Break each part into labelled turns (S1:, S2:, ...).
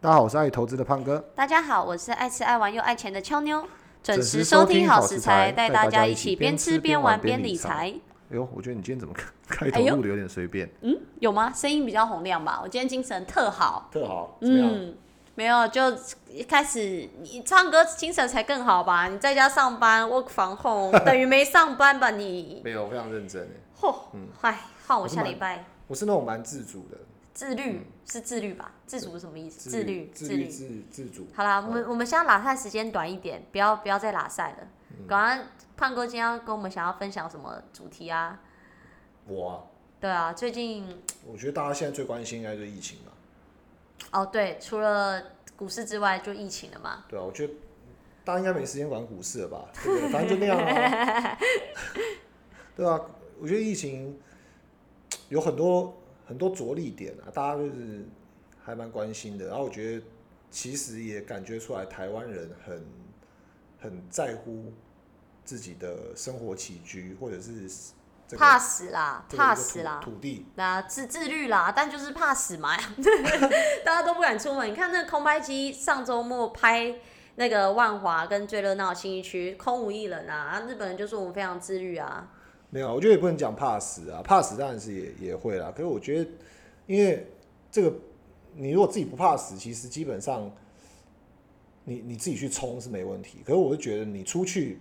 S1: 大家好，我是爱投资的胖哥。
S2: 大家好，我是爱吃爱玩又爱钱的俏妞，准
S1: 准
S2: 时
S1: 时
S2: 收
S1: 收
S2: 听
S1: 听
S2: 好
S1: 好
S2: 食
S1: 食
S2: 材，
S1: 材
S2: 带
S1: 带
S2: 大
S1: 大
S2: 家
S1: 家
S2: 一
S1: 一
S2: 起
S1: 起
S2: 边
S1: 边
S2: 吃
S1: 吃
S2: 边
S1: 边
S2: 玩
S1: 玩
S2: 边
S1: 边
S2: 理
S1: 理
S2: 财
S1: 财。哎呦，我觉得你今天怎么开开
S2: 哎
S1: 头
S2: 呦嗯
S1: 录的有点随便，
S2: 有吗？声音比较洪亮吧？我今天精神特好。
S1: 特好，怎么样？
S2: 嗯，没有，就一开始你唱歌精神才更好吧？你在家上班，work from home，等于没上班吧你？
S1: 没有，我非常认真哎，
S2: 嚯，嗨，换我
S1: 我是
S2: 下
S1: 蛮
S2: 礼拜。
S1: 我是那种蛮自主的，
S2: 自律是自律吧？自主是什么意思？律，
S1: 自
S2: 自律。
S1: 自自主。
S2: 好啦，我们我们现在拉赛时间短一点，不要不要再拉赛了。
S1: 嗯
S2: 刚刚胖哥今天要跟我们想要分享什么主题啊？
S1: 我啊，
S2: 对啊，最近
S1: 我觉得大家现在最关心应该就是疫情吧。
S2: 哦对，除了股市之外，就疫情了嘛。
S1: 对啊，我觉得大家应该没时间管股市了吧？对不对？反正就那样啊。对啊，我觉得疫情有很多很多着力点啊，大家就是还蛮关心的。然后我觉得其实也感觉出来，台湾人很很在乎自己的生活起居，或者是这个
S2: 怕死啦，
S1: 这个
S2: 怕
S1: 这个
S2: 死啦
S1: 土，土地。
S2: 那自自律啦，但就是怕死嘛， 大家都不敢出门。你看那个空拍机上周末拍那个万华跟最热闹的新一区，空无一人啊。日本人就说我们非常自律啊，
S1: 没有，我觉得也不能讲怕死啊，怕死当然是也也会啦。可是我觉得，因为这个，你如果自己不怕死，其实基本上你你自己去冲是没问题。可是我就觉得你出去，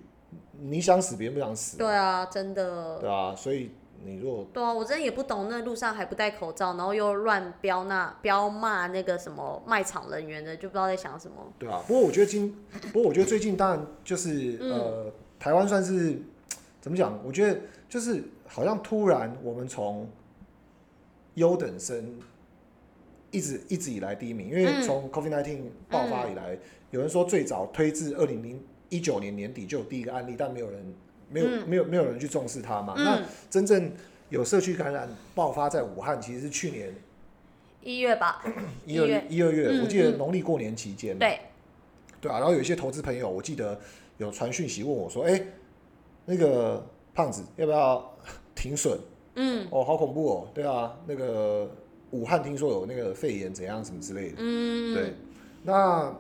S1: 你想死，别人不想死，
S2: 对啊，真的。
S1: 对啊，所以你如果
S2: 对啊，我真的也不懂，那路上还不戴口罩，然后又乱标那标骂那个什么卖场人员的，就不知道在想什么。
S1: 对啊，不过我觉得今，不过我觉得最近当然就是、
S2: 嗯
S1: 呃，台湾算是怎么讲？我觉得就是好像突然我们从优等生一直一直以来第一名，因为
S2: 嗯
S1: 从 COVID 1 9爆发以来，有人说最早推至二零零一九年年底就有第一个案例，但没有人没有、没有没有人去重视它嘛。那
S2: 嗯，
S1: 真正有社区感染爆发在武汉，其实是去年
S2: 一月吧，
S1: 一二
S2: 一月
S1: 一二月，
S2: 嗯
S1: 我记得
S2: 嗯
S1: 农历过年期间嘛。
S2: 对，
S1: 对啊，然后有一些投资朋友，我记得有传讯息问我说：“哎、那个胖子要不要 停损？
S2: 嗯
S1: 哦，好恐怖哦！对啊，那个武汉听说有那个肺炎怎样什么之类的。
S2: 嗯，
S1: 对，那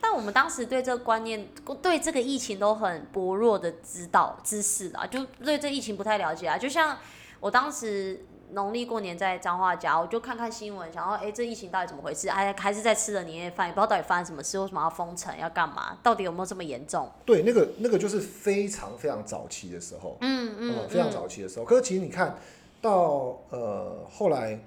S2: 但我们当时对这个观念、对这个疫情都很薄弱的知道知识啊，就对这疫情不太了解啊。就像我当时农历过年在彰化家，我就看看新闻，想说，哎、这疫情到底怎么回事？哎，还是在吃了年夜饭，也不知道到底发生什么事，为什么要封城，要干嘛？到底有没有这么严重？
S1: 对那个那个就是非常非常早期的时候，
S2: 嗯
S1: 呃非常早期的时候。可是其实你看到呃后来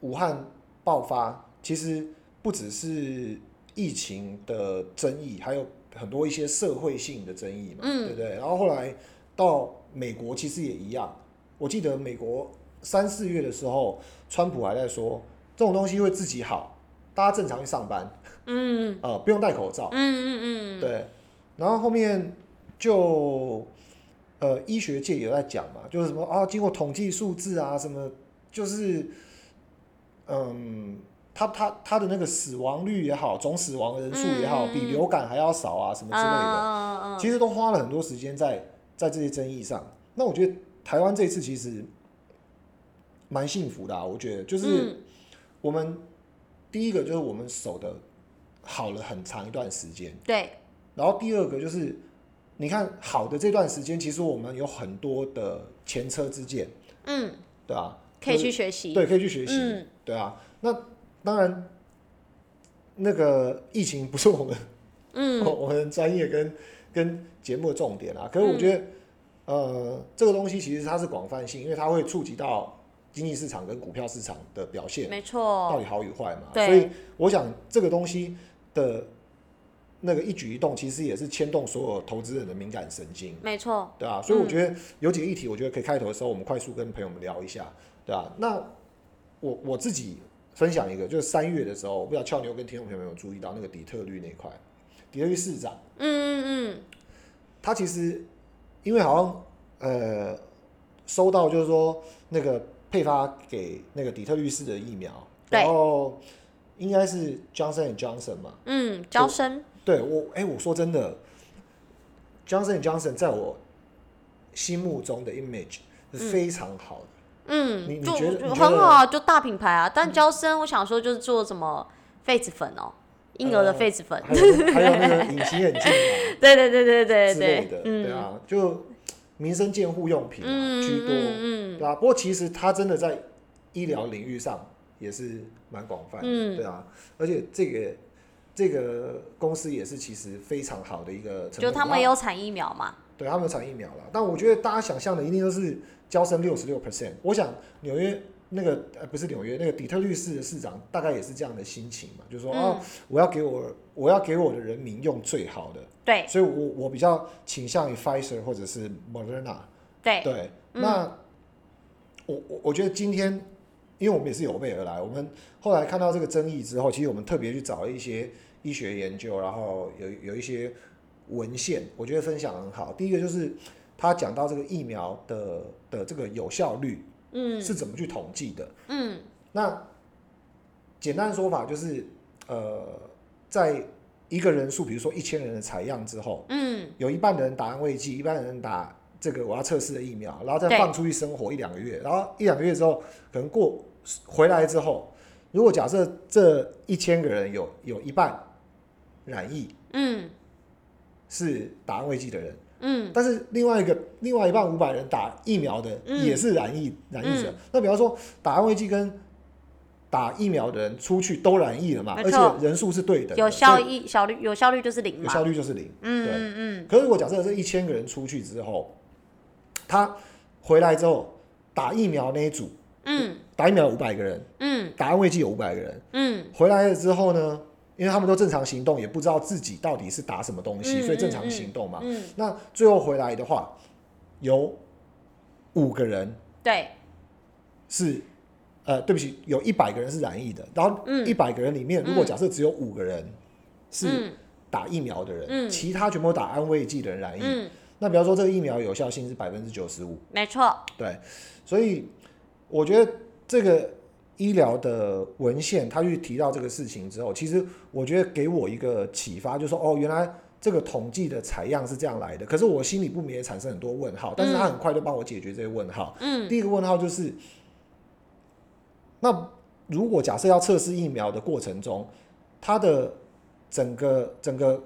S1: 武汉爆发，其实不只是疫情的争议，还有很多一些社会性的争议嘛，
S2: 嗯
S1: 对不对？然后后来到美国其实也一样，我记得美国三四月的时候，川普还在说这种东西会自己好，大家正常去上班，
S2: 嗯
S1: 呃，不用戴口罩
S2: 嗯，嗯嗯，
S1: 对，然后后面就呃医学界也在讲嘛，就是什么啊，经过统计数字啊，什么就是嗯，他他他的那个死亡率也好，总死亡人数也好，
S2: 嗯嗯
S1: 比流感还要少啊，什么之类的，
S2: 嗯嗯嗯
S1: 其实都花了很多时间在在这些争议上。那我觉得台湾这次其实蛮幸福的、啊，我觉得就是
S2: 嗯
S1: 我们、第一个就是我们守的好了很长一段时间。
S2: 对，
S1: 然后第二个就是，你看好的这段时间，其实我们有很多的前车之鉴，
S2: 嗯，
S1: 对吧、
S2: 可以去学习，
S1: 对，可以去学习，
S2: 嗯
S1: 对啊。那当然，那个疫情不是我们、
S2: 嗯，
S1: 我们专业跟跟节目的重点啊，可是我觉得，
S2: 嗯
S1: 呃，这个东西其实它是广泛性，因为它会触及到经济市场跟股票市场的表现。
S2: 没
S1: 到
S2: 错，
S1: 底好与坏嘛。
S2: 对
S1: 所以我想这个东西的那个一举一动，其实也是牵动所有投资人的敏感神经，
S2: 没错，
S1: 对啊。所以我觉得有几个议题，我觉得可以开头的时候，我们快速跟朋友们聊一下，对啊。那我我自己分享一个，就是三月的时候，我不知道俏妞跟听众朋友们有注意到那个底特律那一块，底特律市长
S2: 嗯嗯
S1: 他其实因为好像呃收到就是说那个配发给那个底特律市的疫苗，
S2: 对
S1: 然后应该是 Johnson Johnson 嘛，
S2: 嗯嗯，招生，
S1: 对我哎、我说真的，Johnson Johnson 在我心目中的 image 是非常好的，
S2: 嗯，
S1: 你你
S2: 就
S1: 觉得你觉得嗯
S2: 很好啊，就大品牌啊。但招生，我想说就是做什么痱子粉哦，婴儿的痱子粉。
S1: 还有还有那个隐形眼镜啊
S2: 对对对对 对
S1: 之类
S2: 对
S1: 的，，对
S2: 嗯
S1: 啊，就民生健护用品啊
S2: 嗯
S1: 居多，
S2: 嗯
S1: 对啊，不过其实它真的在医疗领域上也是蛮广泛的，
S2: 嗯
S1: 对啊，而且这个这个公司也是其实非常好的一个成
S2: 就
S1: 果，
S2: 他们有产疫苗嘛，
S1: 对他们有产疫苗了，但我觉得大家想象的一定都是交生六十六 percent，我想纽约。那个呃不是纽约，那个底特律市的市长大概也是这样的心情嘛，就是说、哦
S2: 嗯，，
S1: 我要给我我要给我的人民用最好的，
S2: 对
S1: 所以我我比较倾向于 Pfizer 或者是 Moderna，
S2: 对，
S1: 对，
S2: 嗯
S1: 那、我我我觉得今天，因为我们也是有备而来，我们后来看到这个争议之后，其实我们特别去找一些医学研究，然后有有一些文献，我觉得分享很好。第一个就是他讲到这个疫苗的的这个有效率
S2: 嗯
S1: 是怎么去统计的。
S2: 嗯
S1: 那简单的说法就是，呃，在一个人数，比如说一千人的采样之后，
S2: 嗯，
S1: 有一半的人打安慰剂，一半的人打这个我要测试的疫苗，然后再
S2: 对
S1: 放出去生活一两个月，然后一两个月之后，可能过回来之后，如果假设这一千个人有有一半染疫
S2: 嗯
S1: 是打安慰剂的人，
S2: 嗯
S1: 但是另外一个另外一半五百人打疫苗的
S2: 嗯
S1: 也是染疫、染疫者，那比方说打安慰剂跟打疫苗的人出去都染疫了嘛，而
S2: 没错
S1: 且人数是对等的，
S2: 有效
S1: 所
S2: 益效率有效率就是
S1: 以
S2: 零
S1: 有
S2: 嘛，
S1: 效率就是零，对。
S2: 嗯嗯嗯，
S1: 可是如果假设这一千个人出去之后，他回来之后打疫苗那一组，
S2: 嗯
S1: 打疫苗五百个人，
S2: 嗯
S1: 打安慰剂有五百个人，
S2: 嗯，
S1: 回来了之后呢，因为他们都正常行动，也不知道自己到底是打什么东西，
S2: 嗯
S1: 所以正常行动嘛。
S2: 嗯，
S1: 那最后回来的话，有五个人
S2: 对，
S1: 是。呃，对不起，有一百个人是染疫的，然后
S2: 嗯
S1: 一百个人里面，如果假设只有五个人是
S2: 嗯
S1: 打疫苗的人，
S2: 嗯
S1: 其他全部都打安慰剂的人染疫，
S2: 嗯，
S1: 那比方说这个疫苗有效性是百分之九十五，
S2: 没错，
S1: 对，所以我觉得这个医疗的文献，他去提到这个事情之后，其实我觉得给我一个启发，就是说哦，原来这个统计的采样是这样来的，可是我心里不免也产生很多问号，但是他很快就帮我解决这些问号。
S2: 嗯
S1: 第一个问号就是，那如果假设要测试疫苗的过程中，它的整个整个，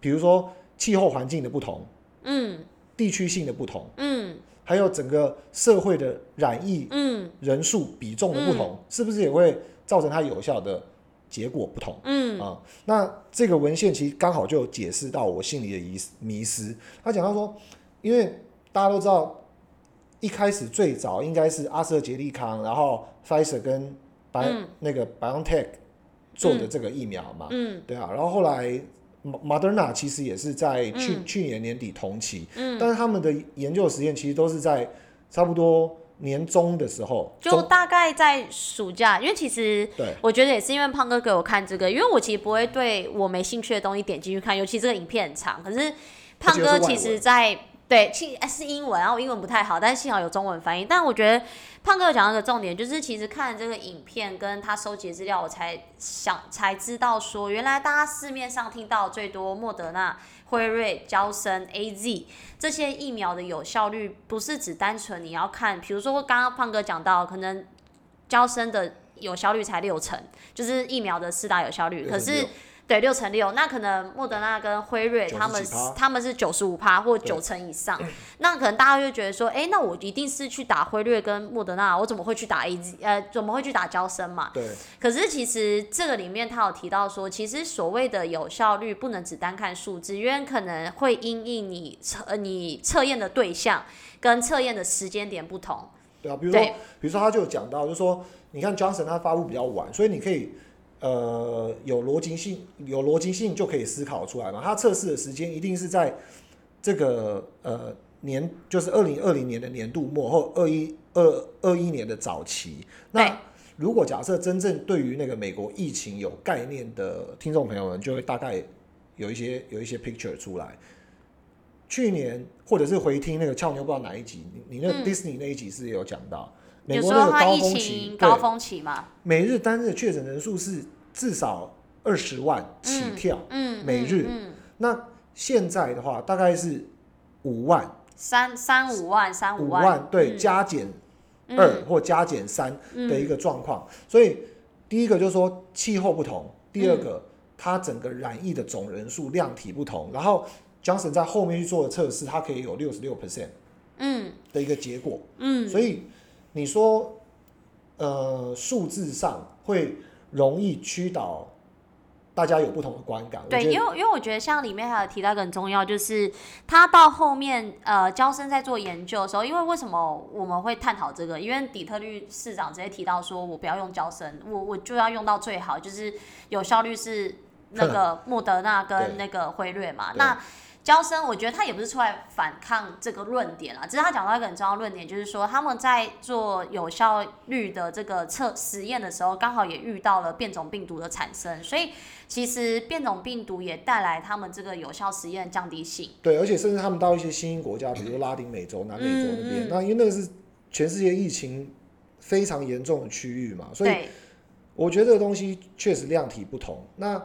S1: 比如说气候环境的不同。
S2: 嗯
S1: 地区性的不同，
S2: 嗯
S1: 还有整个社会的染疫
S2: 嗯
S1: 人数比重的不同，是不是也会造成它有效的结果不同？
S2: 嗯
S1: 啊、那这个文献其实刚好就有解释到我心里的疑迷失。他讲到说，因为大家都知道，一开始最早应该是阿斯特捷利康，然后 Pfizer 跟白、
S2: 嗯
S1: 那个 BioNTech 做的这个疫苗嘛，
S2: 嗯
S1: 对啊，然后后来 Moderna 其实也是在去、
S2: 嗯
S1: 去年年底同期，
S2: 嗯，
S1: 但是他们的研究实验其实都是在差不多年中的时候，
S2: 就
S1: 中
S2: 大概在暑假，因为其实。
S1: 对
S2: 我觉得也是因为胖哥给我看这个，因为我其实不会对我没兴趣的东西点进去看，尤其这个影片很长。可是胖
S1: 而且又是
S2: 哥
S1: 外文
S2: 其实在对，其哎是英文，然后我英文不太好，但是幸好有中文翻译。但我觉得胖哥有讲到一个重点，就是其实看了这个影片跟他收集的资料，我才想才知道说，原来大家市面上听到最多莫德纳、辉瑞、娇生、A Z 这些疫苗的有效率，不是只单纯你要看，比如说刚刚胖哥讲到，可能娇生的有效率才六成，就是疫苗的四大有效率，可是。对，六乘六，那可能莫德纳跟辉瑞
S1: 90
S2: 他们
S1: 几趴
S2: 他们是九十五趴或
S1: 对
S2: 九成以上，那可能大家就觉得说，哎，那我一定是去打辉瑞跟莫德纳，我怎么会去打 A Z？呃，怎么会去打娇生嘛？
S1: 对
S2: 可是其实这个里面他有提到说，其实所谓的有效率不能只单看数字，因为可能会因应你测呃你测验的对象跟测验的时间点不同。
S1: 对啊，比如说
S2: 对
S1: 比如说他就有讲到，就说你看 Johnson 他发布比较晚，所以你可以呃有逻辑性，有逻辑性就可以思考出来嘛。他测试的时间一定是在这个呃年，就是二零二零年的年度末或二一二二一年的早期。
S2: 对
S1: 那如果假设真正对于那个美国疫情有概念的听众朋友们，就会大概有一些有一些 picture 出来。去年或者是回听那个俏妞，不知道哪一集，你你那个
S2: 嗯
S1: Disney 那一集是有讲到，美
S2: 有
S1: 国
S2: 时
S1: 那
S2: 候
S1: 个
S2: 它
S1: 高
S2: 疫
S1: 峰期
S2: 情，高
S1: 对，
S2: 峰期嘛，
S1: 每日单日确诊人数是至少二十万起跳。
S2: 嗯，嗯
S1: 每日
S2: 嗯
S1: 那现在的话，大概是五万、
S2: 三三五万三
S1: 五
S2: 万，
S1: 对，
S2: 嗯
S1: 加减
S2: 嗯
S1: 二或加减三
S2: 嗯
S1: 的一个状况。所以第一个就是说气候不同，第
S2: 嗯
S1: 二个，它整个染疫的总人数量体不同，然后 Johnson 在后面去做的测试，它可以有六十六 percent
S2: 嗯
S1: 的一个结果，
S2: 嗯，
S1: 所以你说，呃，数字上会容易屈导大家有不同的观感，我
S2: 对，
S1: 觉
S2: 因
S1: 得
S2: 为因为我觉得像里面还有提到一个很重要，就是他到后面呃，交生在做研究的时候，因为为什么我们会探讨这个？因为底特律市长直接提到说，我不要用交生，我我就要用到最好，就是有效率是 那个莫德纳
S1: 对
S2: 跟那个辉瑞嘛。
S1: 对
S2: 那交生，我觉得他也不是出来反抗这个论点啦，只是他讲到一个很重要的论点，就是说他们在做有效率的这个测实验的时候，刚好也遇到了变种病毒的产生，所以其实变种病毒也带来他们这个有效实验的降低性。
S1: 对，而且甚至他们到一些新兴国家，比如拉丁美洲、南美洲那边，
S2: 嗯嗯
S1: 那因为那个是全世界疫情非常严重的区域嘛，所以
S2: 对，
S1: 我觉得这个东西确实量体不同。那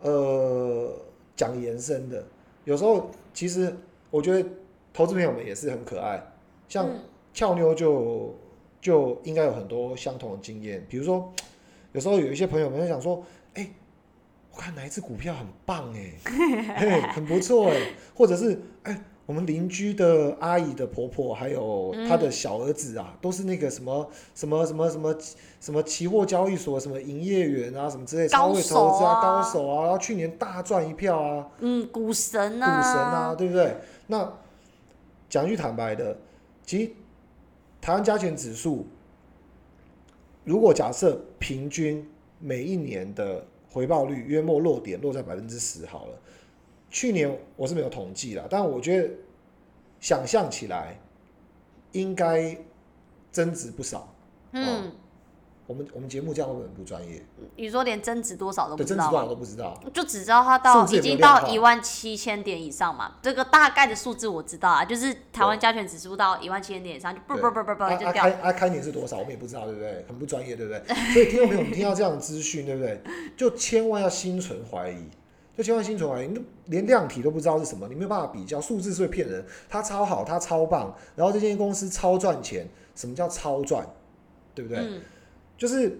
S1: 呃，讲延伸的，有时候其实我觉得投资朋友们也是很可爱，像
S2: 嗯
S1: 俏妞就就应该有很多相同的经验。比如说，有时候有一些朋友们会想说，哎、我看哪一只股票很棒哎、嘿很不错哎、或者是哎、我们邻居的阿姨的婆婆还有
S2: 嗯
S1: 她的小儿子啊，都是那个什么什么什么什么什么期货交易所什么营业员啊什么之类，超
S2: 高
S1: 会投资啊，
S2: 手啊
S1: 高手啊，然后去年大赚一票啊，
S2: 嗯，股神
S1: 股
S2: 呢、
S1: 神啊，，对不对？那讲一句坦白的，其实台湾加权指数，如果假设平均每一年的回报率约莫落点落在百分之十好了，去年我是没有统计啦，但我觉得想象起来应该增值不少。哦
S2: 嗯，
S1: 我们我们节目这样会不会很不专业？
S2: 你说连增值多少都不
S1: 对，
S2: 知
S1: 增值
S2: 道
S1: 多
S2: 吗
S1: 少？都不知道。
S2: 就只知道它到
S1: 甚至也
S2: 已
S1: 没有
S2: 经
S1: 量化
S2: 到一万七千点以上嘛，这个大概的数字我知道啊，就是台湾加权指数到一万七千点以上就不
S1: 对
S2: 不不不不
S1: 啊
S2: 就
S1: 啊
S2: 掉
S1: 开，啊开年是多少，我们也不知道，对不对？很不专业，对不对？ 所以听众朋友们听到这样的资讯，对不对？就千万要心存怀疑，就千万心存怀疑，你都连量体都不知道是什么，你没有办法比较，数字是会骗人。它超好，它超棒，然后这间公司超赚钱，什么叫超赚？对不对？
S2: 嗯，
S1: 就是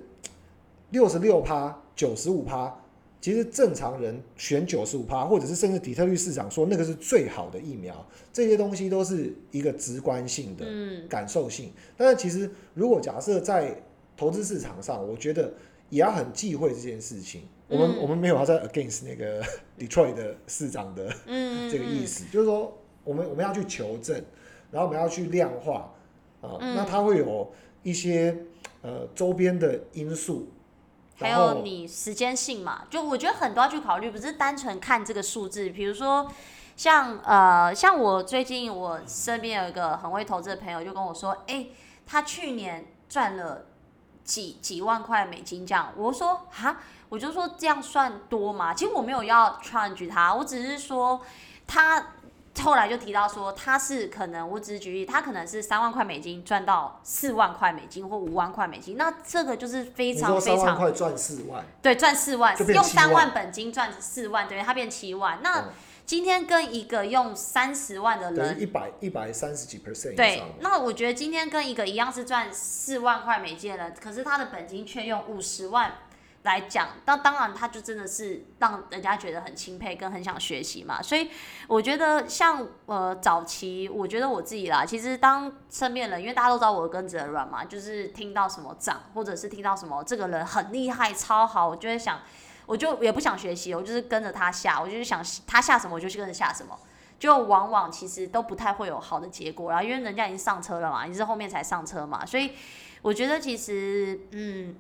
S1: 六十六趴、九十五趴，其实正常人选九十五趴，或者是甚至底特律市长说那个是最好的疫苗，这些东西都是一个直观性的。
S2: 嗯，
S1: 感受性。但是其实如果假设在投资市场上，我觉得也要很忌讳这件事情。我们、
S2: 嗯
S1: 我们没有要在 against 那个 Detroit 的市长的
S2: 嗯，
S1: 这个意思，就是说我们我们要去求证，然后我们要去量化啊、
S2: 嗯
S1: 那它会有一些呃周边的因素，
S2: 还
S1: 然
S2: 有
S1: 后
S2: 你时间性嘛，就我觉得很多要去考虑，不是单纯看这个数字。比如说像呃，像我最近我身边有一个很会投资的朋友，就跟我说，哎、他去年赚了几几万块美金这样。我说哈，我就说这样算多吗？其实我没有要 challenge 他，我只是说他。后来就提到说，他是可能，我只是举例，他可能是三万块美金赚到四万块美金或五万块美金，那这个就是非
S1: 你说
S2: 常非
S1: 三万
S2: 常
S1: 块赚四万，
S2: 对，赚四万
S1: 就，变
S2: 用
S1: 7
S2: 三
S1: 万
S2: 万本金赚四万，等于他变七万。那
S1: 嗯
S2: 今天跟一个用三十万的
S1: 等于
S2: 人，
S1: 一百一百三十几 percent 以
S2: 对
S1: 上，嘛。
S2: 那我觉得今天跟一个一样是赚四万块美金的人，可是他的本金却用五十万来讲，那当然他就真的是让人家觉得很钦佩跟很想学习嘛。所以我觉得像呃早期，我觉得我自己啦，其实当身边人，因为大家都知道我的根子很软嘛，就是听到什么涨，或者是听到什么这个人很厉害、超好，我就会想，我就也不想学习，我就是跟着他下，我就是想他下什么，我就去跟着下什么。就往往其实都不太会有好的结果，然后因为人家已经上车了嘛，你是后面才上车嘛，所以我觉得其实嗯，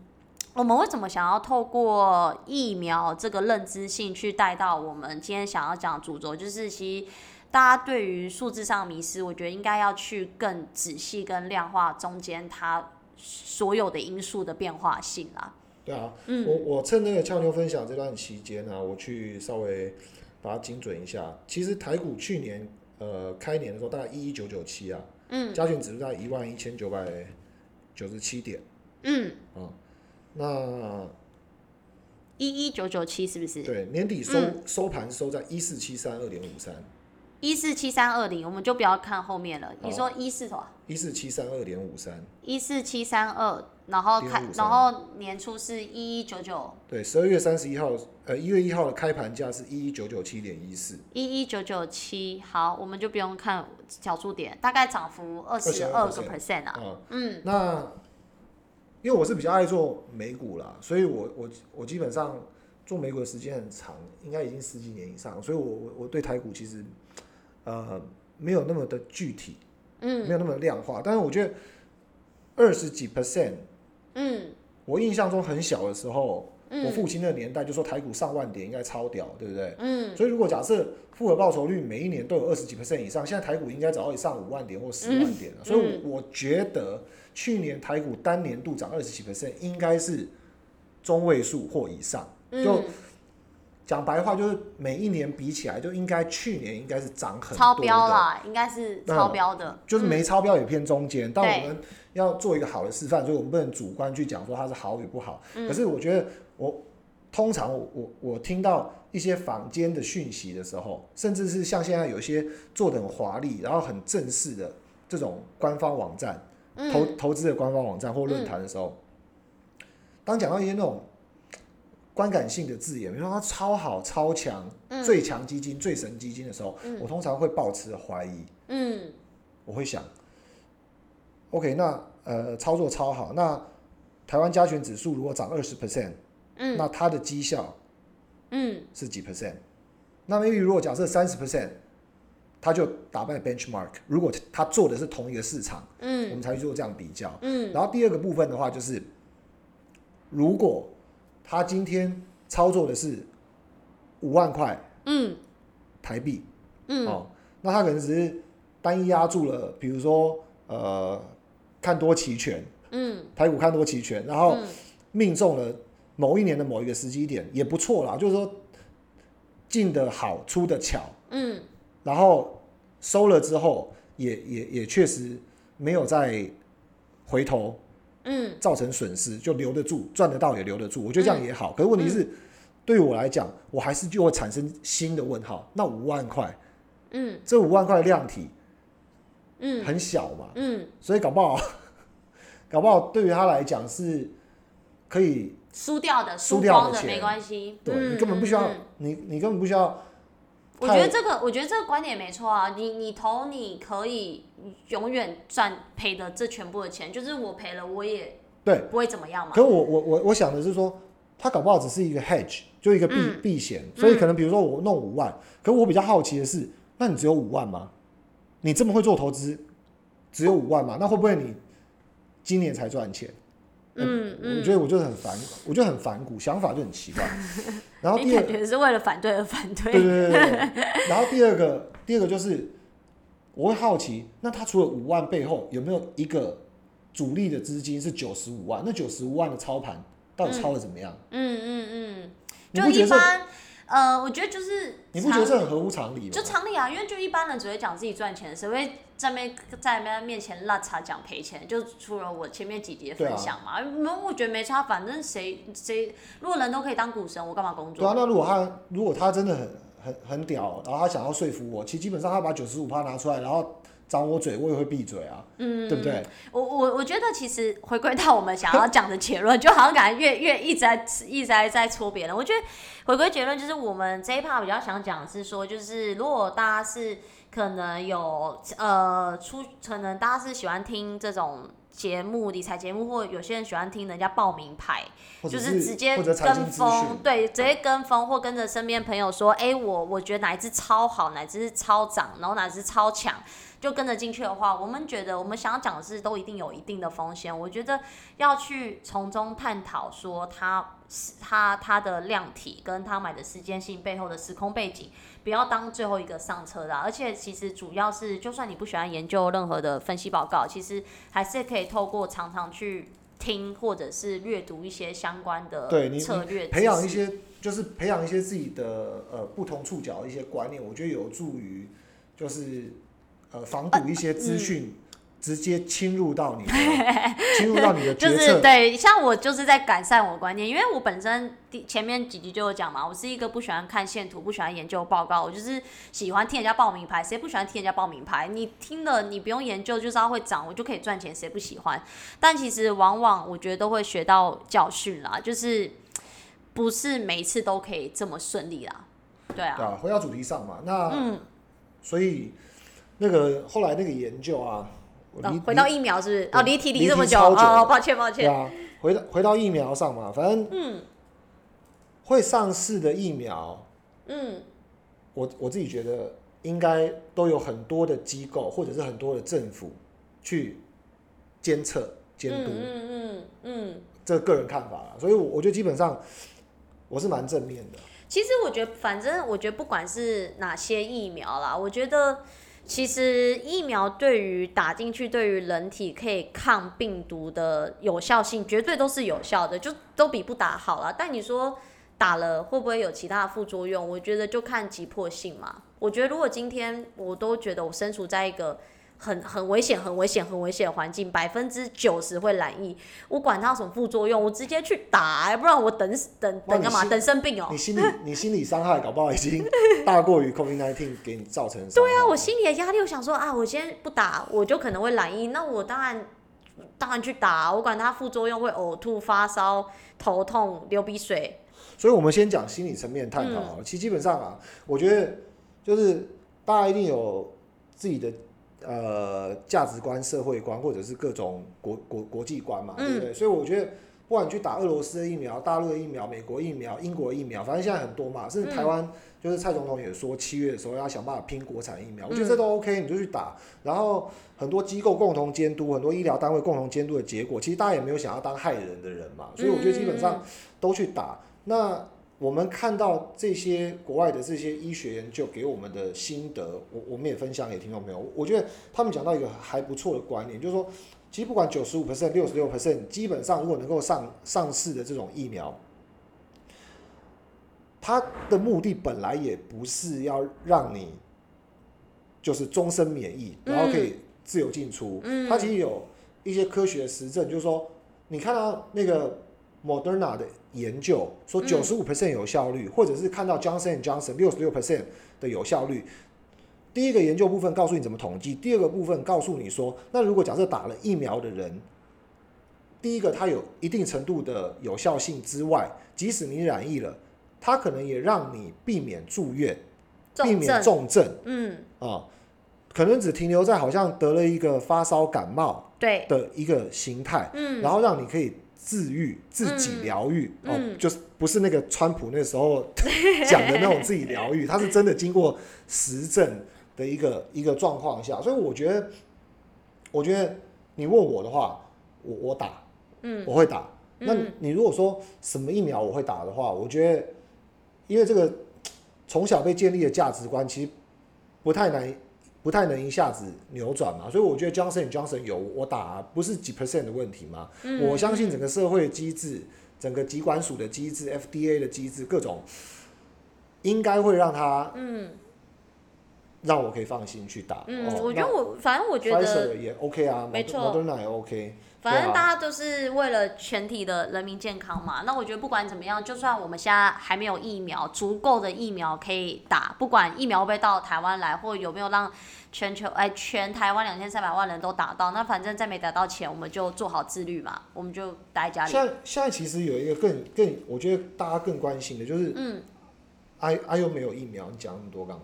S2: 我们为什么想要透过疫苗这个认知性去带到我们今天想要讲的主轴，就是其实大家对于数字上的迷失，我觉得应该要去更仔细跟量化中间它所有的因素的变化性啦。
S1: 对啊，
S2: 嗯
S1: 我我趁那个俏妞分享这段期间呢、我去稍微把它精准一下。其实台股去年呃开年的时候大概一一九九七啊，
S2: 嗯
S1: 加权指数在一万一千九百九十七点
S2: 嗯，
S1: 啊、那
S2: 一一九九七是不是？
S1: 对年底收、
S2: 嗯
S1: 收盘收在一四七三二点五三，
S2: 一四七三二零，我们就不要看后面了。你说一四什么？
S1: 一四七三二点五三，
S2: 一四七三二，然后开，
S1: 1553
S2: 然后年初是一一九九
S1: 对，十二月三十一号，呃，一月一号的开盘价是一一九九七点一四，
S2: 一一九九七，好，我们就不用看小数点，大概涨幅二十二个 percent 啊。
S1: 啊，
S2: 嗯，
S1: 那因为我是比较爱做美股啦，所以我我我基本上做美股的时间很长，应该已经十几年以上，所以我我我对台股其实呃没有那么的具体，
S2: 嗯，
S1: 没有那么量化，但是我觉得二十几 percent，
S2: 嗯，
S1: 我印象中很小的时候，
S2: 嗯
S1: 我父亲那个年代就说台股上万点应该超屌，对不对？
S2: 嗯，
S1: 所以如果假设复合报酬率每一年都有二十几 percent 以上，现在台股应该早就上五万点或十万点了。
S2: 嗯
S1: 所以我我觉得去年台股单年度涨二十几 percent 应该是中位数或以上。就
S2: 嗯，
S1: 讲白话就是每一年比起来，就应该去年应该是涨很多的
S2: 超标啦，应该是
S1: 那
S2: 超标的，
S1: 就是
S2: 嗯
S1: 没超标也偏中间，但
S2: 对
S1: 我们要做一个好的示范，所以我们不能主观去讲说它是好与不好。
S2: 嗯
S1: 可是我觉得我通常我我我听到一些坊间的讯息的时候，甚至是像现在有一些做的很华丽，然后很正式的这种官方网站、投
S2: 嗯
S1: 投资的官方网站或论坛的时候，当讲到一些那种观感性的字眼，比如说它超好、超强、
S2: 嗯
S1: 最强基金、最神基金的时候，
S2: 嗯
S1: 我通常会抱持怀疑。
S2: 嗯
S1: 我会想，OK，那呃操作超好，那台湾加权指数如果涨二十 percent，
S2: 嗯
S1: 那它的绩效
S2: 嗯
S1: 是几 percent？那 maybe 如果假设三十 percent，它就打败 benchmark。如果它做的是同一个市场，我
S2: 嗯
S1: 们才去做这样比较。
S2: 嗯
S1: 然后第二个部分的话就是，如果他今天操作的是五万块
S2: 嗯
S1: 台币，
S2: 嗯
S1: 哦，那他可能只是单一压住了，比如说呃看多期权，
S2: 嗯，
S1: 台股看多期权，然后
S2: 嗯
S1: 命中了某一年的某一个时机点，也不错啦，就是说进的好，出的巧，
S2: 嗯
S1: 然后收了之后也也也确实没有再回头
S2: 嗯
S1: 造成损失，就留得住，赚得到也留得住，我觉得这样也好。可是
S2: 嗯
S1: 问题是，对于我来讲，我还是就会产生新的问号，那五万块。
S2: 嗯
S1: 这五万块量体
S2: 嗯
S1: 很小嘛，
S2: 嗯，
S1: 所以搞不好， 搞不好对于他来讲是可以，
S2: 输掉的、
S1: 输
S2: 输
S1: 掉的
S2: 光的
S1: 钱
S2: 没关系，
S1: 对、
S2: 嗯
S1: 你根本不需要，
S2: 嗯嗯
S1: 你你根本不需要
S2: 我觉得这个，我觉得这个观点没错啊。你你投，你可以永远赚赔的这全部的钱，就是我赔了，我也
S1: 对。
S2: 不会怎么样嘛
S1: 可。我我我我想的是说，他搞不好只是一个 hedge，就一个避、
S2: 嗯
S1: 避险，所以可能比如说我弄五万，可我比较好奇的是，那你只有五万吗？你这么会做投资，只有五万吗？那会不会你今年才赚钱？
S2: 嗯
S1: 我我
S2: 嗯，
S1: 觉得我就很反，我就很反骨，想法就很 奇怪。然后
S2: 你
S1: 第二
S2: 感，觉是为了反对而反
S1: 对
S2: 对。
S1: 对对对。对然后第二个，第二个就是我会好奇，那他除了五万背后有没有一个主力的资金是九十五万？那九十五万的操盘到底操的怎么样？
S2: 嗯嗯嗯，
S1: 你
S2: 就
S1: 不觉
S2: 一
S1: 得这
S2: 般，呃，我觉得就是
S1: 你不觉得这很合乎常理吗
S2: 就？常理啊，因为就一般人只会讲自己赚钱，谁会在面在面面前拉茶讲赔钱？就除了我前面几节
S1: 啊
S2: 分享嘛，没、我觉得没差，反正谁谁如果人都可以当股神，我干嘛工
S1: 对啊，
S2: 作？
S1: 那如果他如果他真的很很很屌，然后他想要说服我，其实基本上他把九十五趴拿出来，然后掌我嘴，我也会闭嘴啊，
S2: 嗯，
S1: 对不对？
S2: 我我我觉得其实回归到我们想要讲的结论，就好像感觉越越一直在一直在在戳别人。我觉得回归结论就是我们这一趴比较想讲的是说，就是如果大家是可能有呃出，可能大家是喜欢听这种节目理财节目，或有些人喜欢听人家报名牌，
S1: 或者
S2: 就是直接
S1: 或者财经资
S2: 跟
S1: 讯
S2: 风，，对，直接跟风或跟着身边朋友说，哎、我我觉得哪一只超好，哪一只超涨，然后哪一只超强，就跟着进去的话，我们觉得我们想要讲的是都一定有一定的风险，我觉得要去从中探讨说它是它它的量体跟它买的时间性背后的时空背景，不要当最后一个上车的啊、而且其实主要是，就算你不喜欢研究任何的分析报告，其实还是可以透过常常去。听或者是阅读一些相关的
S1: 对你
S2: 策略知识，
S1: 培养一些就是培养一些自己的呃不同触角
S2: 嗯
S1: 的一些观念，我觉得有助于就是呃防堵一些资讯直接侵入到你的侵入到你的
S2: 就
S1: 决
S2: 是
S1: 策。
S2: 对，像我就是在改善我的观念，因为我本身第前面几集就有讲嘛，我是一个不喜欢看线图、不喜欢研究报告，我就是喜欢听人家报名牌。谁不喜欢听人家报名牌？你听了你不用研究就知道会涨，我就可以赚钱，谁不喜欢？但其实往往我觉得都会学到教训啦，就是不是每一次都可以这么顺利啦。对
S1: 对
S2: 啊，
S1: 啊，回到主题上嘛，那、
S2: 嗯，
S1: 所以那个后来那个研究啊，我
S2: 哦
S1: 离
S2: 回到疫苗是不是？
S1: 对
S2: 哦，离题
S1: 离
S2: 离
S1: 题
S2: 这么久，
S1: 超久
S2: 哦
S1: 的，
S2: 抱歉抱
S1: 对
S2: 歉。
S1: 啊，回到回到疫苗上嘛，反正
S2: 嗯
S1: 会上市的疫苗，
S2: 嗯，
S1: 我我自己觉得应该都有很多的机构或者是很多的政府去监测监督，
S2: 嗯嗯嗯嗯。
S1: 这个人看法啦，所以我我觉得基本上我是蛮正面的。
S2: 其实我觉得，反正我觉得不管是哪些疫苗啦，我觉得其实疫苗对于打进去，对于人体可以抗病毒的有效性，绝对都是有效的，就都比不打好啦。但你说打了会不会有其他的副作用？我觉得就看急迫性嘛。我觉得如果今天我都觉得我身处在一个很很危险、很危险、很危险的环境，百分之九十会染疫，我管它有什么副作用，我直接去打、不然我等死等
S1: 哇
S2: 等
S1: 你
S2: 干嘛？
S1: 心
S2: 等生病哦、
S1: 你心理你心理伤害搞不好已经大过于 COVID 1 9给你造成的伤害。
S2: 对啊，我心里的压力，我想说啊，我今天不打，我就可能会染疫，那我当然当然去打，我管它副作用会呕吐、发烧、头痛、流鼻水。
S1: 所以我们先讲心理层面探讨好了。其实基本上啊，我觉得就是大家一定有自己的呃价值观、社会观，或者是各种国国国际观嘛，对不对？所以我觉得。不管你去打俄罗斯的疫苗、大陆的疫苗、美国疫苗、英国疫苗，反正现在很多嘛，甚至台湾、就是蔡总统也说，七月的时候要想办法拼国产疫苗，我觉得这都 OK，你就去打。然后很多机构共同监督，很多医疗单位共同监督的结果，其实大家也没有想要当害人的人嘛，所以我觉得基本上都去打。那我们看到这些国外的这些医学研究给我们的心得，我我们也分享给听众朋友。我觉得他们讲到一个还不错的观念，就是说，其实不管九十五 percent、六十六 percent，基本上如果能够上上市的这种疫苗，它的目的本来也不是要让你就是终身免疫，
S2: 嗯
S1: 然后可以自由进出。
S2: 嗯
S1: 它其实有一些科学实证，就是说，你看到那个 Moderna 的研究说
S2: 嗯
S1: 九十五 percent 有效率，或者是看到 Johnson Johnson 六十六 percent 的有效率。第一个研究部分告诉你怎么统计，第二个部分告诉你说，那如果假设打了疫苗的人，第一个它有一定程度的有效性之外，即使你染疫了，它可能也让你避免住院，避
S2: 嗯重
S1: 免
S2: 症，
S1: 重症
S2: 嗯，
S1: 啊、可能只停留在好像得了一个发烧感冒
S2: 对，
S1: 的一个形态，
S2: 嗯，
S1: 然后让你可以自愈、自己疗愈、
S2: 嗯
S1: 哦，
S2: 嗯
S1: 就是不是那个川普那时候 讲的那种自己疗 愈，它是真的经过实证的一个一个状况下，所以我觉得，我觉得你问我的话，我我打，
S2: 嗯，
S1: 我会打。那
S2: 嗯
S1: 你如果说什么疫苗我会打的话，我觉得，因为这个从小被建立的价值观，其实不太难，不太能一下子扭转嘛。所以我觉得 Johnson Johnson 有我打、不是几 percent 的问题嘛。
S2: 嗯
S1: 我相信整个社会机制、整个疾管署的机制、FDA 的机制，各种应该会让他
S2: 嗯
S1: 让我可以放心去打。
S2: 嗯，
S1: 哦、
S2: 我觉得我反正我
S1: 我
S2: 觉
S1: p f i z
S2: 得，
S1: e 也 OK 啊，
S2: 没错
S1: Moderna 也 OK。
S2: 反
S1: 对
S2: 正
S1: 啊
S2: 大家都是为了全体的人民健康嘛。那我觉得不管怎么样，就算我们现在还没有疫苗，足够的疫苗可以打，不管疫苗会不会到台湾来，或有没有让全球哎全台湾两千三百万人都打到，那反正在没打到前，我们就做好自律嘛，我们就待在家里。
S1: 现在现在其实有一个更更，我觉得大家更关心的就是，
S2: 嗯
S1: 啊啊又没有疫苗，你讲那么多干嘛？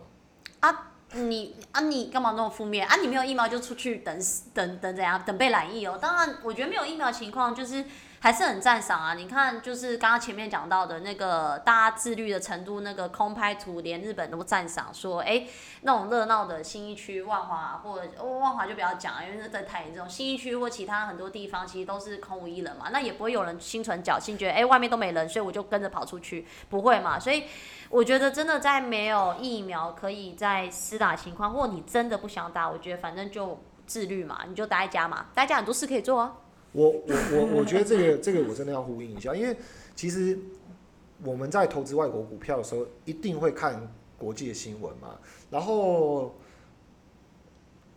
S2: 啊，你啊你干嘛那么负面啊？你没有疫苗就出去等死等等怎样等被染疫哦？当然，我觉得没有疫苗情况就是还是很赞赏啊。你看，就是刚刚前面讲到的那个大家自律的程度，那个空拍图连日本都赞赏说，哎、那种热闹的新一区、万华或者、哦、万华就不要讲了，因为那真的太严重。新一区或其他很多地方其实都是空无一人嘛，那也不会有人心存侥幸，觉得哎、外面都没人，所以我就跟着跑出去，不会嘛。所以我觉得真的在没有疫苗可以在施打情况，或你真的不想打，我觉得反正就自律嘛，你就待在家嘛，待在家很多事可以做啊。
S1: 我我我我觉得这个这个我真的要呼应一下，因为其实我们在投资外国股票的时候，一定会看国际的新闻嘛，然后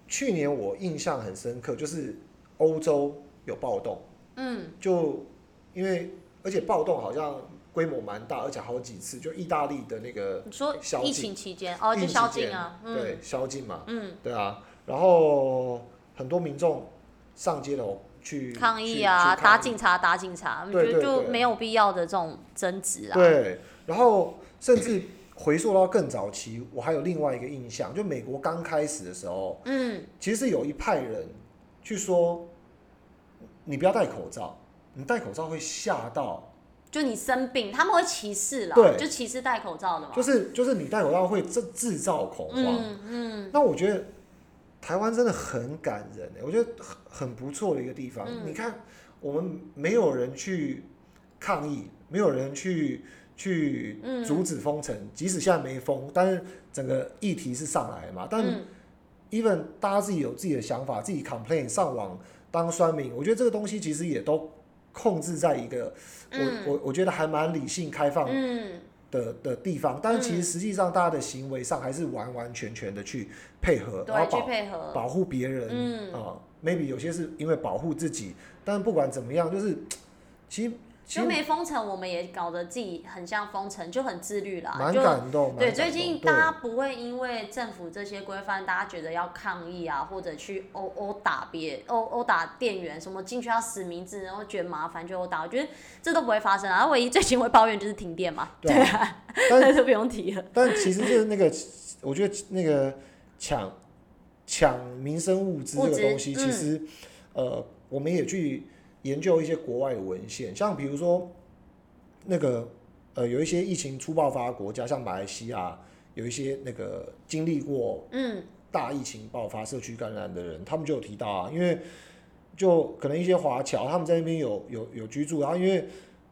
S1: 去年我印象很深刻，就是欧洲有暴动，
S2: 嗯，
S1: 就因为而且暴动好像规模蛮大，而且好几次，就意大利的那个
S2: 你说
S1: 宵
S2: 疫
S1: 禁
S2: 情期间哦，
S1: 疫
S2: 就
S1: 情
S2: 宵
S1: 期间
S2: 禁啊，嗯
S1: 对宵禁嘛，
S2: 嗯，
S1: 对啊，然后很多民众上街头去
S2: 抗议
S1: 去
S2: 啊，
S1: 去
S2: 打
S1: 抗议
S2: 警察，打警察，我
S1: 对
S2: 觉
S1: 对
S2: 得就
S1: 对
S2: 没有必要的这种争执啊，，
S1: 对，然后甚至回溯到更早期，我还有另外一个印象，就美国刚开始的时候，
S2: 嗯，
S1: 其实是有一派人去说，你不要戴口罩，你戴口罩会吓到，
S2: 就你生病，他们会歧视啦，
S1: 对
S2: 就歧视戴口罩的嘛，
S1: 就是就是你戴口罩会制制造恐慌。
S2: 嗯嗯，
S1: 那我觉得台湾真的很感人、欸，我觉得很很不错的一个地方。
S2: 嗯
S1: 你看，我们没有人去抗议，没有人去去
S2: 嗯
S1: 阻止封城，即使现在没封，但是整个议题是上来了嘛。但
S2: 嗯
S1: even 大家自己有自己的想法，自己 complain 上网当酸民，我觉得这个东西其实也都控制在一个、
S2: 嗯
S1: 我我我觉得还蛮理性开放
S2: 嗯，
S1: 的的地方，但是其实
S2: 嗯
S1: 实际上大家的行为上还是完完全全的去配合，然
S2: 对，
S1: 后
S2: 去
S1: 保
S2: 配合，
S1: 保护别人，
S2: 嗯
S1: 啊、m a y b e 有些是因为保护自己，但不管怎么样，就是其实其
S2: 就
S1: 实
S2: 没封城，我们也搞得自己很像封城，就很自律啦，
S1: 蛮
S2: 啊就
S1: 感动，蛮
S2: 对，
S1: 感
S2: 最近
S1: 动
S2: 大家不会因为政府这些规范，大家觉得要抗议啊，或者去殴殴打别殴殴打店员，什么进去要实名制，然后觉得麻烦就殴打，我觉得这都不会发生啊。然后唯一最近会抱怨就是停电嘛，
S1: 对
S2: 对啊，
S1: 但
S2: 那就不用提了。
S1: 但其实就是那个，我觉得那个抢抢民生物资这
S2: 物
S1: 个
S2: 资
S1: 东西，其
S2: 嗯
S1: 实、呃，我们也去研究一些国外的文献，像比如说那个呃，有一些疫情初爆发的国家，像马来西亚，有一些那个经历过
S2: 嗯，
S1: 大疫情爆发、社区感染的人，他们就有提到啊，因为就可能一些华侨他们在那边有有有居住，然后因为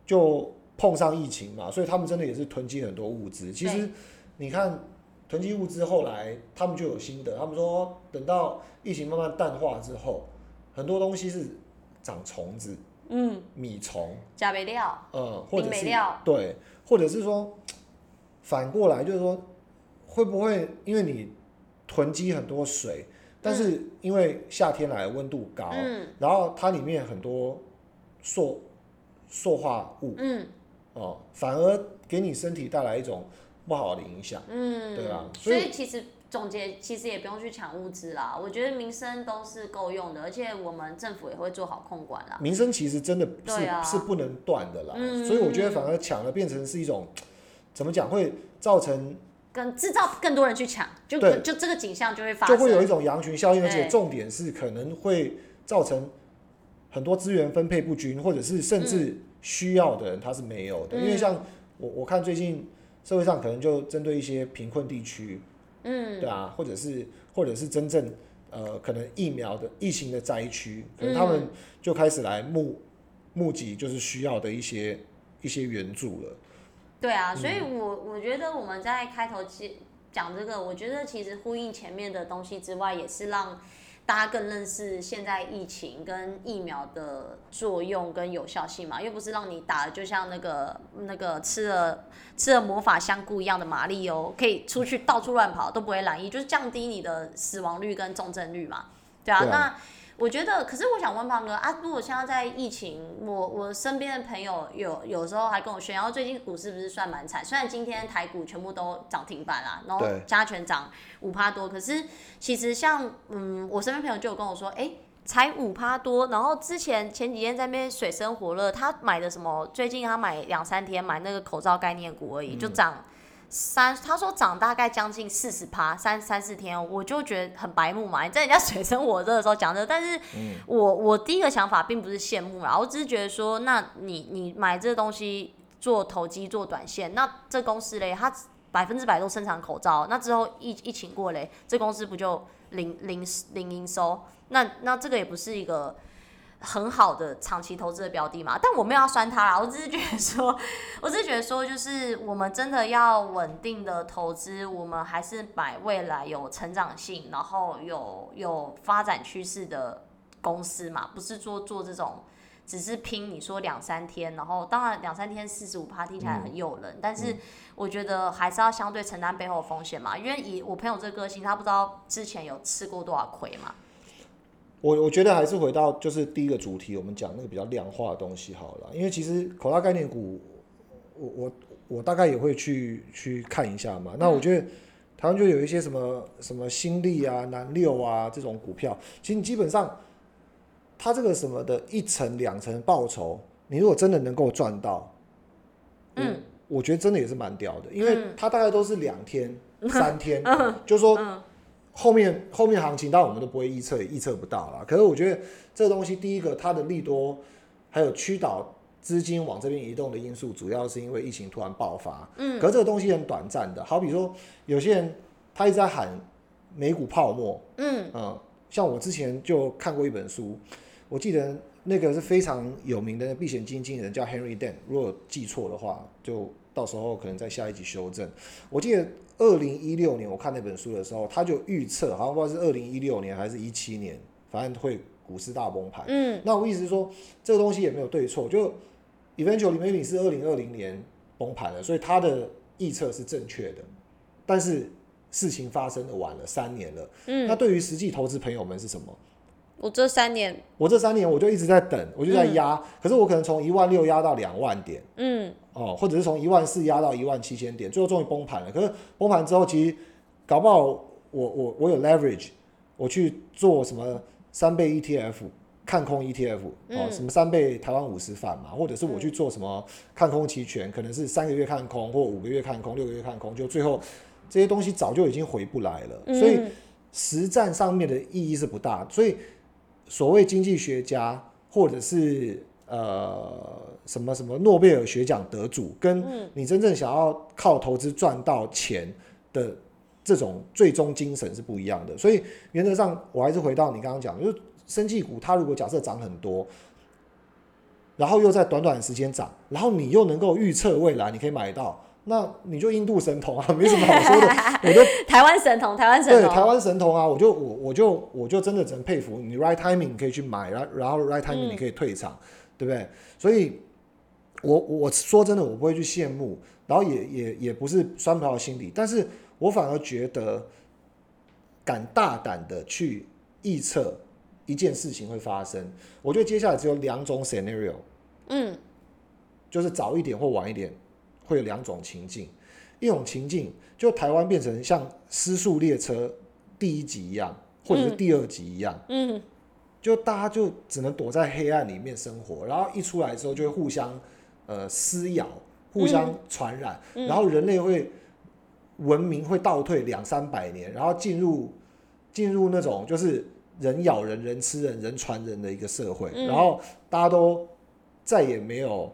S1: 就碰上疫情嘛，所以他们真的也是囤积很多物资。其实你看囤积物资，后来他们就有心得，他们说等到疫情慢慢淡化之后，很多东西是长虫子，
S2: 嗯，
S1: 米虫，
S2: 加倍料，
S1: 呃，或者
S2: 病没
S1: 是
S2: 料
S1: 对，或者是说反过来就是说，会不会因为你囤积很多水，但是因为夏天来温度高，
S2: 嗯
S1: 然后它里面很多塑塑化物
S2: 嗯
S1: 哦、反而给你身体带来一种不好的影响。
S2: 嗯，
S1: 对啊
S2: 所
S1: 所以
S2: 以其实。总结其实也不用去抢物资啦，我觉得民生都是够用的，而且我们政府也会做好控管啊啦。
S1: 民生其实真的是、
S2: 对啊
S1: 是不能断的啦，
S2: 嗯
S1: 所以我觉得反而抢了变成是一种怎么讲，会造成
S2: 跟制造更多人去抢，就
S1: 对
S2: 就这个景象就会发
S1: 就
S2: 生，
S1: 会有一种羊群效应，
S2: 对
S1: 而且重点是可能会造成很多资源分配不均，或者是甚至需要的人他是没有的。因
S2: 嗯
S1: 为像我我看最近社会上可能就针对一些贫困地区，
S2: 嗯
S1: 对啊，或者是或者是真正呃可能疫苗的疫情的灾区，
S2: 嗯
S1: 可能他们就开始来募募集就是需要的一些一些援助了。
S2: 对啊，
S1: 嗯
S2: 所以我我觉得我们在开头其讲这个，我觉得其实呼应前面的东西之外，也是让大家更认识现在疫情跟疫苗的作用跟有效性嘛，又不是让你打，就像那个嗯那个吃了吃了魔法香菇一样的马里欧，可以出去到处乱跑都不会染疫，就是降低你的死亡率跟重症率嘛，对啊，
S1: 对啊
S2: 那。我觉得，可是我想问胖哥啊，如果现在在疫情，我我身边的朋友有有时候还跟我炫耀，最近股市不是算蛮惨，虽然今天台股全部都涨停板啦，然后
S1: 对
S2: 加权涨五趴多，可是其实像嗯，我身边朋友就有跟我说，哎、才五趴多，然后之前前几天在那边水深火热，他买的什么？最近他买两三天买那个口罩概念股而已，就涨三，他说涨大概将近四十趴，三三四天哦，我就觉得很白目嘛。你在人家水深火热的时候讲这个，但是我我第一个想法并不是羡慕啦，我只是觉得说，那你你买这个东西做投机做短线，那这公司嘞，它百分之百都生产口罩，那之后疫疫情过嘞，这公司不就零零零营收？那那这个也不是一个很好的长期投资的标的嘛。但我没有要酸它啦，我只是觉得说，我只是觉得说，就是我们真的要稳定的投资，我们还是买未来有成长性，然后有有发展趋势的公司嘛，不是说做这种。只是拼你说两三天，然后当然两三天四十五趴听起来
S1: 嗯
S2: 很诱人，但是我觉得还是要相对承担背后的风险嘛，因为以我朋友这个个性，他不知道之前有吃过多少亏嘛。
S1: 我我觉得还是回到就是第一个主题，我们讲那个比较量化的东西好了啦，因为其实口袋概念股，我我我大概也会去去看一下嘛。那我觉得台湾就有一些什么什么新力啊、南六啊这种股票，其实你基本上它这个什么的一层两层报酬，你如果真的能够赚到，我
S2: 嗯，
S1: 我觉得真的也是蛮屌的，因为
S2: 嗯
S1: 它大概都是两天、三天，就说后面后面行情，当然我们都不会预测，也预测不到啦。可是我觉得这个东西，第一个它的利多，还有驱导资金往这边移动的因素，主要是因为疫情突然爆发。
S2: 嗯，
S1: 可是这个东西很短暂的，好比说有些人他一直在喊美股泡沫，
S2: 嗯
S1: 嗯，像我之前就看过一本书，我记得那个是非常有名的避险经纪人叫 Henry Dan，如果记错的话，就到时候可能在下一集修正。我记得二零一六年我看那本书的时候，他就预测，好像不知道是二零一六年还是一七年，反正会股市大崩盘。
S2: 嗯
S1: 那我意思是说，这个东西也没有对错，就 eventually maybe 是二零二零年崩盘了，所以他的预测是正确的，但是事情发生的晚了三年了。那
S2: 嗯，
S1: 对于实际投资朋友们是什么？
S2: 我这三年，
S1: 我这三年我就一直在等，我就在压，可是我可能从一万六压到两万点
S2: 嗯
S1: 哦，或者是从一万四压到一万七千点，最后终于崩盘了。可是崩盘之后，其实搞不好我我我有 leverage，我去做什么三倍 ETF。看空 ETF 哦，
S2: 嗯
S1: 什么三倍台湾五十反嘛，或者是我
S2: 嗯
S1: 去做什么看空期权，可能是三个月看空或五个月看空、六个月看空，就最后这些东西早就已经回不来了，所以
S2: 嗯
S1: 实战上面的意义是不大，所以所谓经济学家或者是呃什么什么诺贝尔学奖得主，跟
S2: 嗯
S1: 你真正想要靠投资赚到钱的这种最终精神是不一样的。所以原则上，我还是回到你刚刚讲的，就是生技股它如果假设涨很多。然后又在短短的时间涨，然后你又能够预测未来，你可以买到，那你就印度神童啊，没什么好说的。我就
S2: 台湾神童，台湾神
S1: 对，台
S2: 童，
S1: 湾神童啊，我就我我就我就真的只能佩服你，right timing 你可以去买，然后然后 right timing
S2: 嗯
S1: 你可以退场，对不对？所以，我我说真的，我不会去羡慕，然后也也也不是酸葡萄心理，但是我反而觉得，敢大胆的去预测一件事情会发生，我觉得接下来只有两种 scenario，
S2: 嗯
S1: 就是早一点或晚一点，会有两种情境。一种情境就台湾变成像《失速列车》第一集一样，或者是第二集一样，
S2: 嗯
S1: 就大家就只能躲在黑暗里面生活，然后一出来之后就会互相呃撕咬、互相传染，
S2: 嗯
S1: 然后人类会文明会倒退两三百年，然后进入进入那种就是人咬人、人吃人、人传人的一个社会，
S2: 嗯
S1: 然后大家都再也没有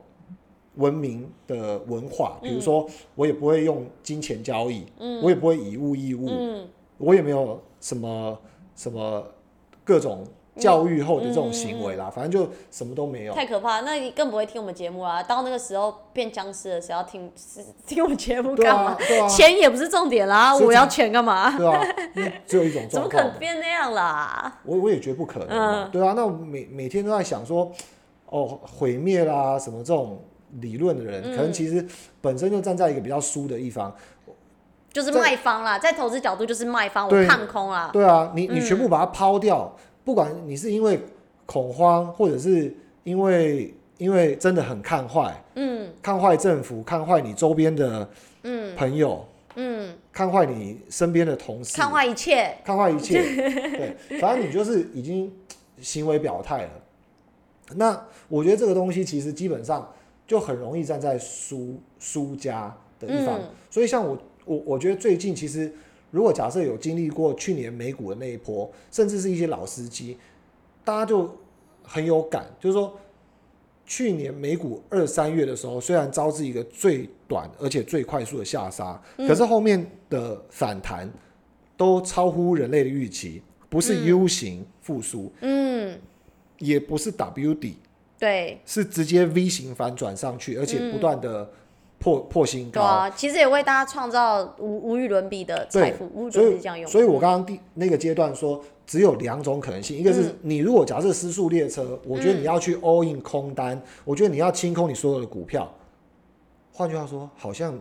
S1: 文明的文化，比如
S2: 嗯
S1: 说我也不会用金钱交易，
S2: 嗯
S1: 我也不会以物易物，
S2: 嗯
S1: 我也没有什么什么各种教育后的这种行为啦，反正就什么都没有。
S2: 嗯太可怕了，那你更不会听我们节目啦。到那个时候变僵尸了，谁要听 是听我们节目
S1: 对
S2: 干
S1: 啊
S2: 嘛？，
S1: 对啊，
S2: 钱也不是重点啦，
S1: 所以
S2: 我要钱干嘛？
S1: 对啊，那只有一种
S2: 怎么
S1: 状
S2: 可
S1: 况
S2: 能
S1: 嘛。
S2: 变那样啦？
S1: 我我也觉得不可能嘛，
S2: 嗯
S1: 对啊，那我每每天都在想说，哦，毁灭啦什么这种理论的人，
S2: 嗯
S1: 可能其实本身就站在一个比较输的一方。
S2: 就是
S1: 在
S2: 卖方啦，在投资角度就是卖方，
S1: 对
S2: 我看空啦。
S1: 对啊，你
S2: 嗯
S1: 你全部把它抛掉，不管你是因为恐慌，或者是因为因为真的很看坏，
S2: 嗯
S1: 看坏政府，看坏你周边的
S2: 嗯
S1: 朋友，
S2: 嗯，
S1: 看坏你身边的同事，
S2: 看坏一切。
S1: 看坏一 切，对，反正你就是已经行为表态了。那我觉得这个东西其实基本上就很容易站在输输家的一方，
S2: 嗯
S1: 所以像我我我觉得最近其实如果假设有经历过去年美股的那一波，甚至是一些老司机，大家就很有感，就是说去年美股二三月的时候，虽然招致一个最短而且最快速的下杀，
S2: 嗯
S1: 可是后面的反弹都超乎人类的预期，不是
S2: 嗯
S1: U 型复苏，
S2: 嗯，
S1: 也不是 W 底，
S2: 对。
S1: 是直接 V 型反转上去，而且不断的破、破新
S2: 对
S1: 高。
S2: 啊，其实也为大家创造无无与伦比的财富，无与
S1: 所
S2: 伦比
S1: 以
S2: 是这样用的。
S1: 所以我刚刚第那个阶段说，只有两种可能性，一个
S2: 嗯
S1: 是你如果假设失速列车，我觉得你要去 all in 空单，我觉得你要清空你所有的股票。换句话说，好像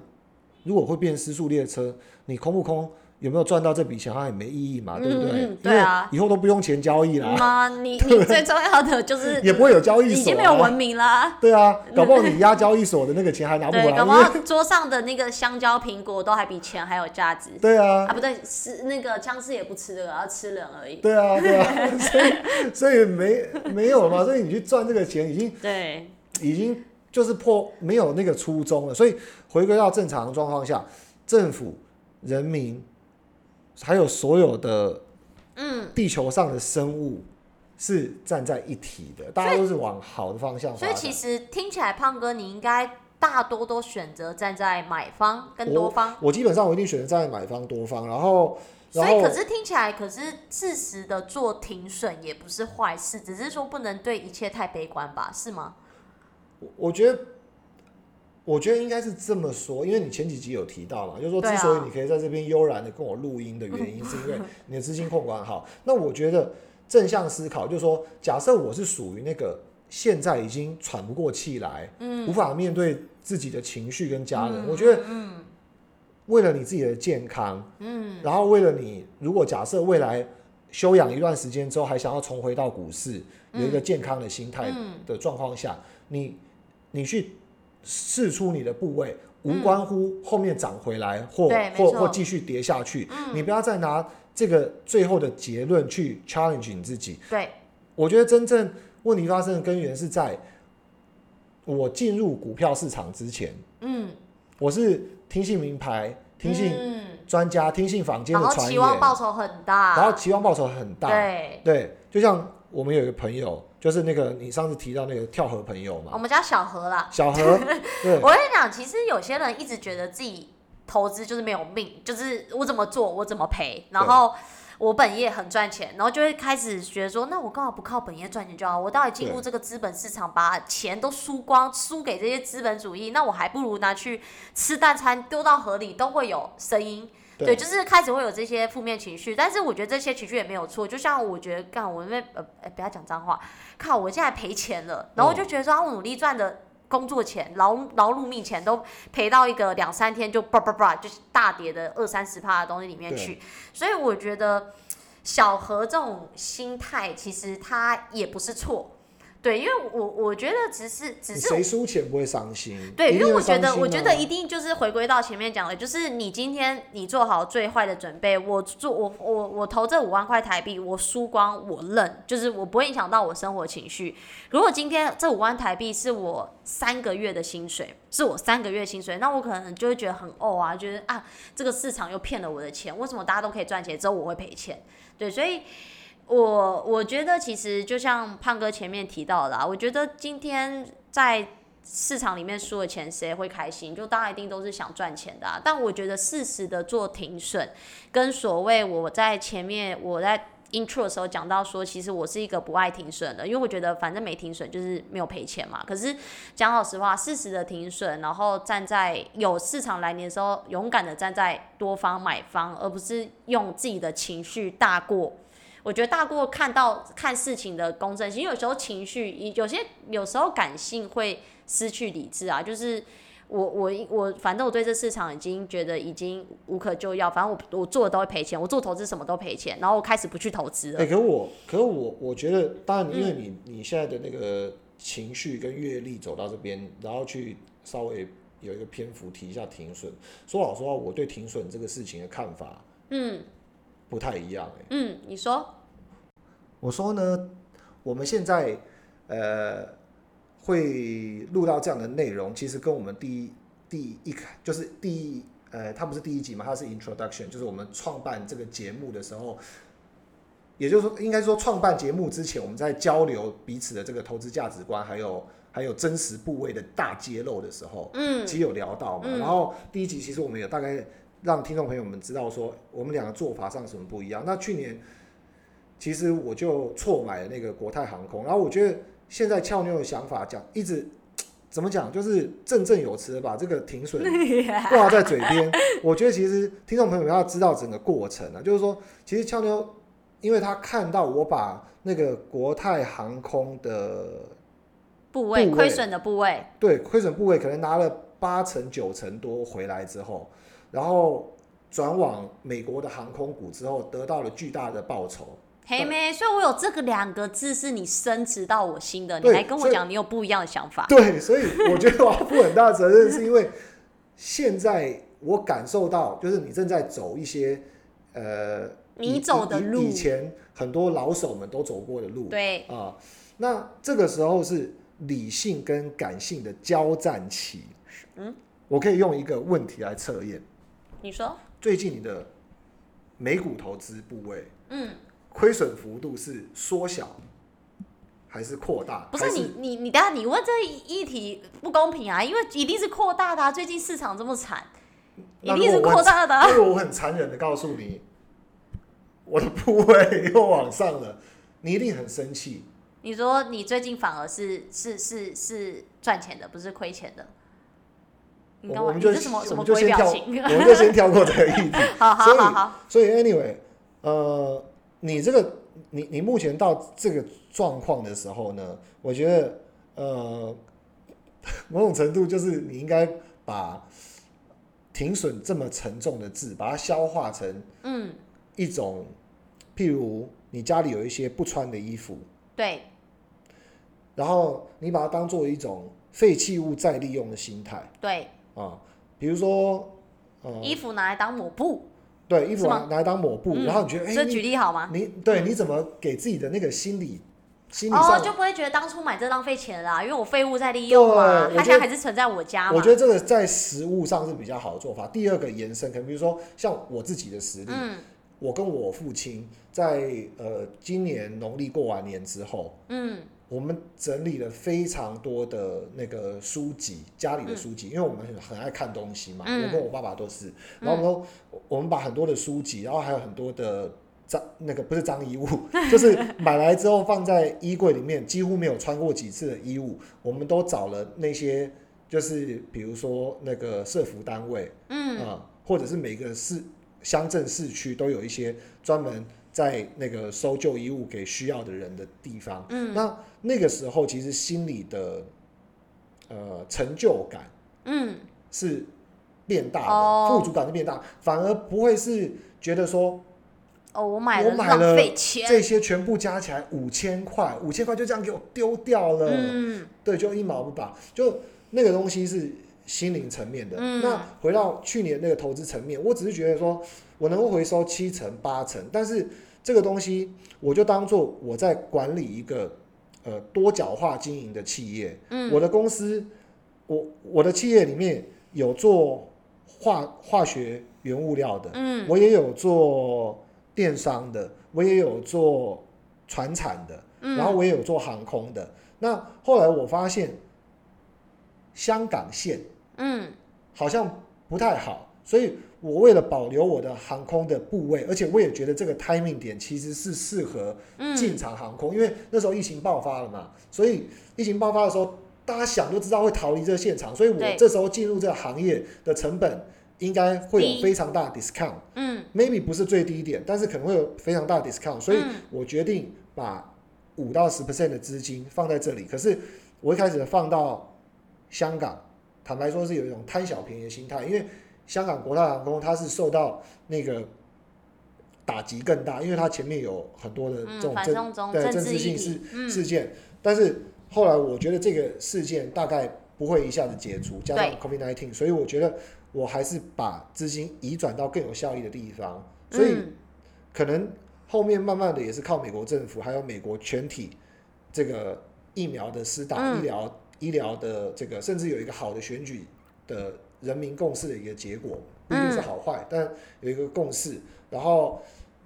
S1: 如果会变失速列车，你空不空有没有赚到这笔钱，好像也没意义嘛，对不对？
S2: 嗯嗯对啊
S1: 因为以后都不用钱交易啦，
S2: 妈，你 你最重要的就是
S1: 也不会有交易
S2: 已
S1: 所、
S2: 经没有
S1: 啊
S2: 文。明啦。
S1: 对啊，搞不好你压交易所的那个钱还拿不回
S2: 对，
S1: 来，
S2: 搞不
S1: 因为
S2: 好桌上的那个香蕉、苹果都还比钱还有价值
S1: 对啊
S2: 啊！，不对，是那个僵尸也不吃这个，要吃人而已。
S1: 对啊，对啊，所以所以没没有了嘛，所以你去赚这个钱已经
S2: 对，
S1: 已经就是破没有那个初衷了。所以回归到正常状况下，政府、人民还有所有的
S2: 嗯，
S1: 地球上的生物是站在一体的，大家都是往好的方向发
S2: 所以
S1: 展。
S2: 其实听起来，胖哥你应该大多都选择站在买方跟多方。
S1: 我基本上我一定选择站在买方多方，然后
S2: 所
S1: 哦然
S2: 以，
S1: 后
S2: 可是听起来，可是适时的做停损也不是坏事，只是说不能对一切太悲观吧，是吗？
S1: 我我觉得，我觉得应该是这么说，因为你前几集有提到嘛，就是说
S2: 对
S1: 之
S2: 啊
S1: 所以你可以在这边悠然的跟我录音的原因，是因为 你的资金控管好。那我觉得正向思考，就是说，假设我是属于那个现在已经喘不过气来，嗯，无法面对自己的情绪跟家人，我觉得，嗯，为了你自己的健康，嗯，然后为了你，如果假设未来。休养一段时间之后，还想要重回到股市，
S2: 嗯
S1: 有一个健康的心态的状况下，你你去试出你的部位，无关乎后面涨回来或、
S2: 嗯对没
S1: 或
S2: 错嗯
S1: 或继续跌下去，你不要再拿这个最后的结论去 challenge 你自己。
S2: 对，
S1: 我觉得真正问题发生的根源是在我进入股票市场之前，
S2: 嗯，
S1: 我是听信名牌、听信
S2: 嗯，
S1: 专家、听信坊间
S2: 然
S1: 的
S2: 后
S1: 传
S2: 期
S1: 言，
S2: 望报酬很大，
S1: 然后期望报酬很大。
S2: 对，
S1: 对，就像我们有一个朋友，就是那个你上次提到那个跳河朋友
S2: 我
S1: 嘛，
S2: 们家小何啦，
S1: 小 何，对
S2: 我跟你讲，其实有些人一直觉得自己投资就是没有命，就是我怎么做我怎么赔，然后我本业很赚钱，然后就会开始觉得说，那我干嘛不靠本业赚钱就好？我到底进入
S1: 对
S2: 这个资本市场，把钱都输光，输给这些资本主义，那我还不如拿去吃蛋餐，丢到河里都会有声音。
S1: 对
S2: 对，就是开始会有这些负面情绪，但是我觉得这些情绪也没有错。就像我觉得，干我那呃，呃不要讲脏话，靠，我现在赔钱了，然后我就觉得说，啊，我努力赚的工作钱、劳劳碌命钱都赔到一个两三天就叭叭叭，就是大跌的二三十趴的东西里面去。所以我觉得小何这种心态，其实他也不是错，对，因为我我觉得只是只
S1: 你
S2: 是
S1: 谁输钱不会伤心？
S2: 对，
S1: 一
S2: 因
S1: 定
S2: 为我
S1: 会
S2: 觉得，
S1: 伤心
S2: 我觉
S1: 啊
S2: 得一定就是回归到前面讲的，就是你今天你做好最坏的准备。我做我我我投这五万块台币，我输光我认，就是我不会影响到我生活情绪。如果今天这五万台币是我三个月的薪水，是我三个月薪水，那我可能就会觉得很怄啊，觉得啊，这个市场又骗了我的钱，为什么大家都可以赚钱，之后我会赔钱？对，所以我我觉得其实就像胖哥前面提到的啊啦，我觉得今天在市场里面输的钱谁会开心？就大家一定都是想赚钱的、啊，但我觉得适时的做停损，跟所谓我在前面我在 intro 的时候讲到说，其实我是一个不爱停损的，因为我觉得反正没停损就是没有赔钱嘛。可是讲老实话，适时的停损，然后站在有市场来临的时候，勇敢的站在多方买方，而不是用自己的情绪大过。我觉得大过看到看事情的公正性，因为有时候情绪，有些有时候感性会失去理智啊，就是我我我，反正我对这市场已经觉得已经无可救药，反正我我做的都会赔钱，我做投资什么都赔钱，然后我开始不去投资
S1: 哎、
S2: 了。
S1: 可我，可我，我觉得，当然，因为
S2: 嗯
S1: 你你现在的那个情绪跟阅历走到这边，然后去稍微有一个篇幅提一下停损。说老实话，我对停损这个事情的看法
S2: 嗯
S1: 不太一样、哎，
S2: 嗯，你说
S1: 我说呢，我们现在呃会录到这样的内容，其实跟我们第一第一开就是第一呃，它不是第一集嘛，它是 introduction，就是我们创办这个节目的时候，也就是说，应该说创办节目之前，我们在交流彼此的这个投资价值观，还有还有真实部位的大揭露的时候，
S2: 嗯
S1: 其实有聊到嘛。
S2: 嗯
S1: 然后第一集其实我们有大概让听众朋友们知道说，我们两个做法上有什么不一样。那去年其实我就错买了那个国泰航空，然后我觉得现在俏妞的想法讲一直怎么讲，就是振振有词的把这个停损挂在嘴边。我觉得其实听众朋友们要知道整个过程啊，就是说，其实俏妞因为他看到我把那个国泰航空的
S2: 部位
S1: 部位
S2: 亏损的部位，
S1: 对亏损部位可能拿了八成九成多回来之后，然后转往美国的航空股之后，得到了巨大的报酬。
S2: 黑妹，所以我有这个两个字是你升值到我心的，你
S1: 对
S2: 还跟我讲你有不一样的想法，
S1: 对，所以我觉得我要负很大责任，是因为现在我感受到，就是你正在走一些呃
S2: 你
S1: 以
S2: 走的
S1: 以以
S2: 路
S1: 以前很多老手们都走过的路。
S2: 对，
S1: 啊，那这个时候是理性跟感性的交战期。
S2: 嗯，
S1: 我可以用一个问题来测验：
S2: 你说，
S1: 最近你的美股投资部位
S2: 嗯，
S1: 亏损幅度是缩小还是扩大？
S2: 不
S1: 还
S2: 是
S1: 是
S2: 你你你，等下你问这一题不公平啊，因为一定是扩大的、啊，最近市场这么惨，一
S1: 那如
S2: 定
S1: 果
S2: 是
S1: 我
S2: 扩大的、 啊
S1: 因，为我很残忍的告诉你，我的部位 又往上了，你一定很生气。
S2: 你说你最近反而是是是是赚钱的，不是亏钱的。你干
S1: 我我们
S2: 嘛？你
S1: 就
S2: 这什么什
S1: 我
S2: 么
S1: 们就
S2: 鬼
S1: 先
S2: 表
S1: 跳，
S2: 情？
S1: 我们就先跳过这个议题。
S2: 好好
S1: 所以
S2: 好好，
S1: 所以 anyway，呃，你这个你你目前到这个状况的时候呢，我觉得呃， 某种程度就是你应该把停损这么沉重的字，把它消化成
S2: 嗯，
S1: 一种，譬如你家里有一些不穿的衣服，
S2: 对，
S1: 然后你把它当做一种废弃物再利用的心态
S2: 对，
S1: 啊，比如说。呃，
S2: 衣服拿来当抹布，
S1: 对，衣
S2: 是
S1: 服
S2: 吗
S1: 拿拿来当抹布，
S2: 嗯
S1: 然后你觉得，哎、
S2: 这
S1: 你
S2: 举例好吗？
S1: 你对你怎么给自己的那个心理心理
S2: 哦，
S1: 上，
S2: 就不会觉得当初买这浪费钱了啦，因为我废物在利用嘛，
S1: 对
S2: 它
S1: 我
S2: 现
S1: 觉
S2: 在
S1: 得
S2: 还是存在我家嘛。
S1: 我觉得这个在实物上是比较好的做法。第二个延伸，可能比如说像我自己的实力，
S2: 嗯
S1: 我跟我父亲在呃今年农历过完年之后，
S2: 嗯，
S1: 我们整理了非常多的那个书籍，家里的书籍，因为我们很很爱看东西嘛，
S2: 嗯
S1: 我跟我爸爸都是，然后我们都、我们把很多的书籍，然后还有很多的脏那个不是脏衣物， 就是买来之后放在衣柜里面，几乎没有穿过几次的衣物，我们都找了那些就是比如说那个社服单位，嗯或者是每个市乡镇市区都有一些专门在那个收旧衣物给需要的人的地方，嗯，那那个时候其实心里的呃成就感，
S2: 嗯，
S1: 是变大的，
S2: 哦
S1: 富足感是变大，反而不会是觉得说
S2: 哦，我买
S1: 我
S2: 了
S1: 买
S2: 浪
S1: 了
S2: 费钱，
S1: 这些全部加起来五千块，五千块就这样给我丢掉了，
S2: 嗯
S1: 对，就一毛不拔，就那个东西是心灵层面的。
S2: 嗯
S1: 那回到去年那个投资层面，我只是觉得说我能够回收七成八成，但是这个东西我就当做我在管理一个呃多角化经营的企业。
S2: 嗯，
S1: 我的公司，我我的企业里面有做化化学原物料的，
S2: 嗯
S1: 我也有做电商的，我也有做船产的，
S2: 嗯
S1: 然后我也有做航空的。那后来我发现，香港线
S2: 嗯
S1: 好像不太好，所以我为了保留我的航空的部位，而且我也觉得这个 timing 点其实是适合
S2: 嗯，
S1: 进场航空，因为那时候疫情爆发了嘛，所以疫情爆发的时候，大家想就知道会逃离这个现场，所以
S2: 对
S1: 我这时候进入这个行业的成本应该会有
S2: 低
S1: 非常大的 discount，maybe
S2: 嗯
S1: 不是最低点，但是可能会有非常大的 discount，所以
S2: 嗯
S1: 我决定把五到十 percent 的资金放在这里，可是我一开始放到香港，坦白说是有一种贪小便宜的心态，因为香港国泰航空它是受到那个打击更大，因为它前面有很多的这
S2: 嗯，
S1: 种
S2: 反
S1: 政、
S2: 送中
S1: 对
S2: 治
S1: 治
S2: 议
S1: 性
S2: 题，嗯
S1: 事件，但是后来我觉得这个事件大概不会一下子解除，加上 COVID 1 9所以我觉得我还是把资金移转到更有效益的地方，所以
S2: 嗯
S1: 可能后面慢慢的也是靠美国政府还有美国全体这个疫苗的施打、
S2: 嗯
S1: 医疗医疗的这个，甚至有一个好的选举的人民共识的一个结果，不一定是好坏，但有一个共识。然后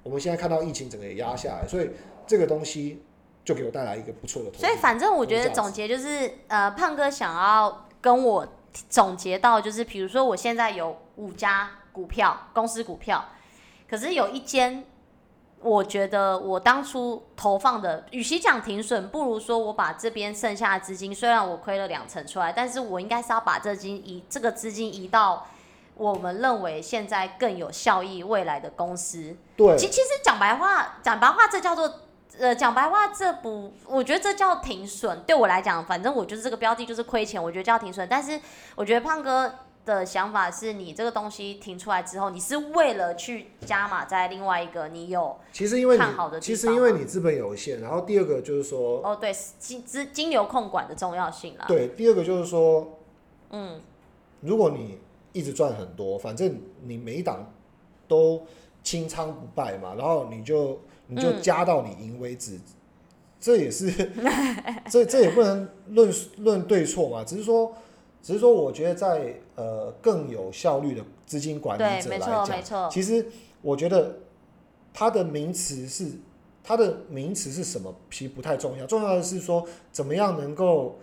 S1: 我们现在看到疫情整个也压下来，所以这个东西就给我带来一个不错的投资。
S2: 所以反正我觉得总结就是，呃，胖哥想要跟我总结到就是，比如说我现在有五家股票公司股票，可是有一间。我觉得我当初投放的，与其讲停损，不如说我把这边剩下的资金，虽然我亏了两成出来，但是我应该是要把这资金移这个资金移到我们认为现在更有效益未来的公司。
S1: 对
S2: 其其实讲白话，讲白话这叫做。呃，讲白话，这不，我觉得这叫停损。对我来讲，反正我就是这个标的就是亏钱，我觉得叫停损。但是我觉得胖哥的想法是你这个东西停出来之后，你是为了去加码在另外一个你有
S1: 其实因为
S2: 看好的
S1: 你
S2: 地
S1: 其实
S2: 方
S1: 因为
S2: 嘛
S1: 你资本有限，然后第二个就是说，
S2: 哦对金资金流控管的重要性啦。
S1: 对，第二个就是说，
S2: 嗯，
S1: 如果你一直赚很多，反正你每一档都清仓不败嘛，然后你就你就
S2: 嗯
S1: 加到你赢为止，这也是 这这也不能论论对错嘛，只是说只是说，我觉得在呃更有效率的资金管理
S2: 对
S1: 者
S2: 没
S1: 来
S2: 错没
S1: 讲，
S2: 错。
S1: 其实我觉得它的名词是它的名词是什么，其实不太重要，重要的是说怎么样能够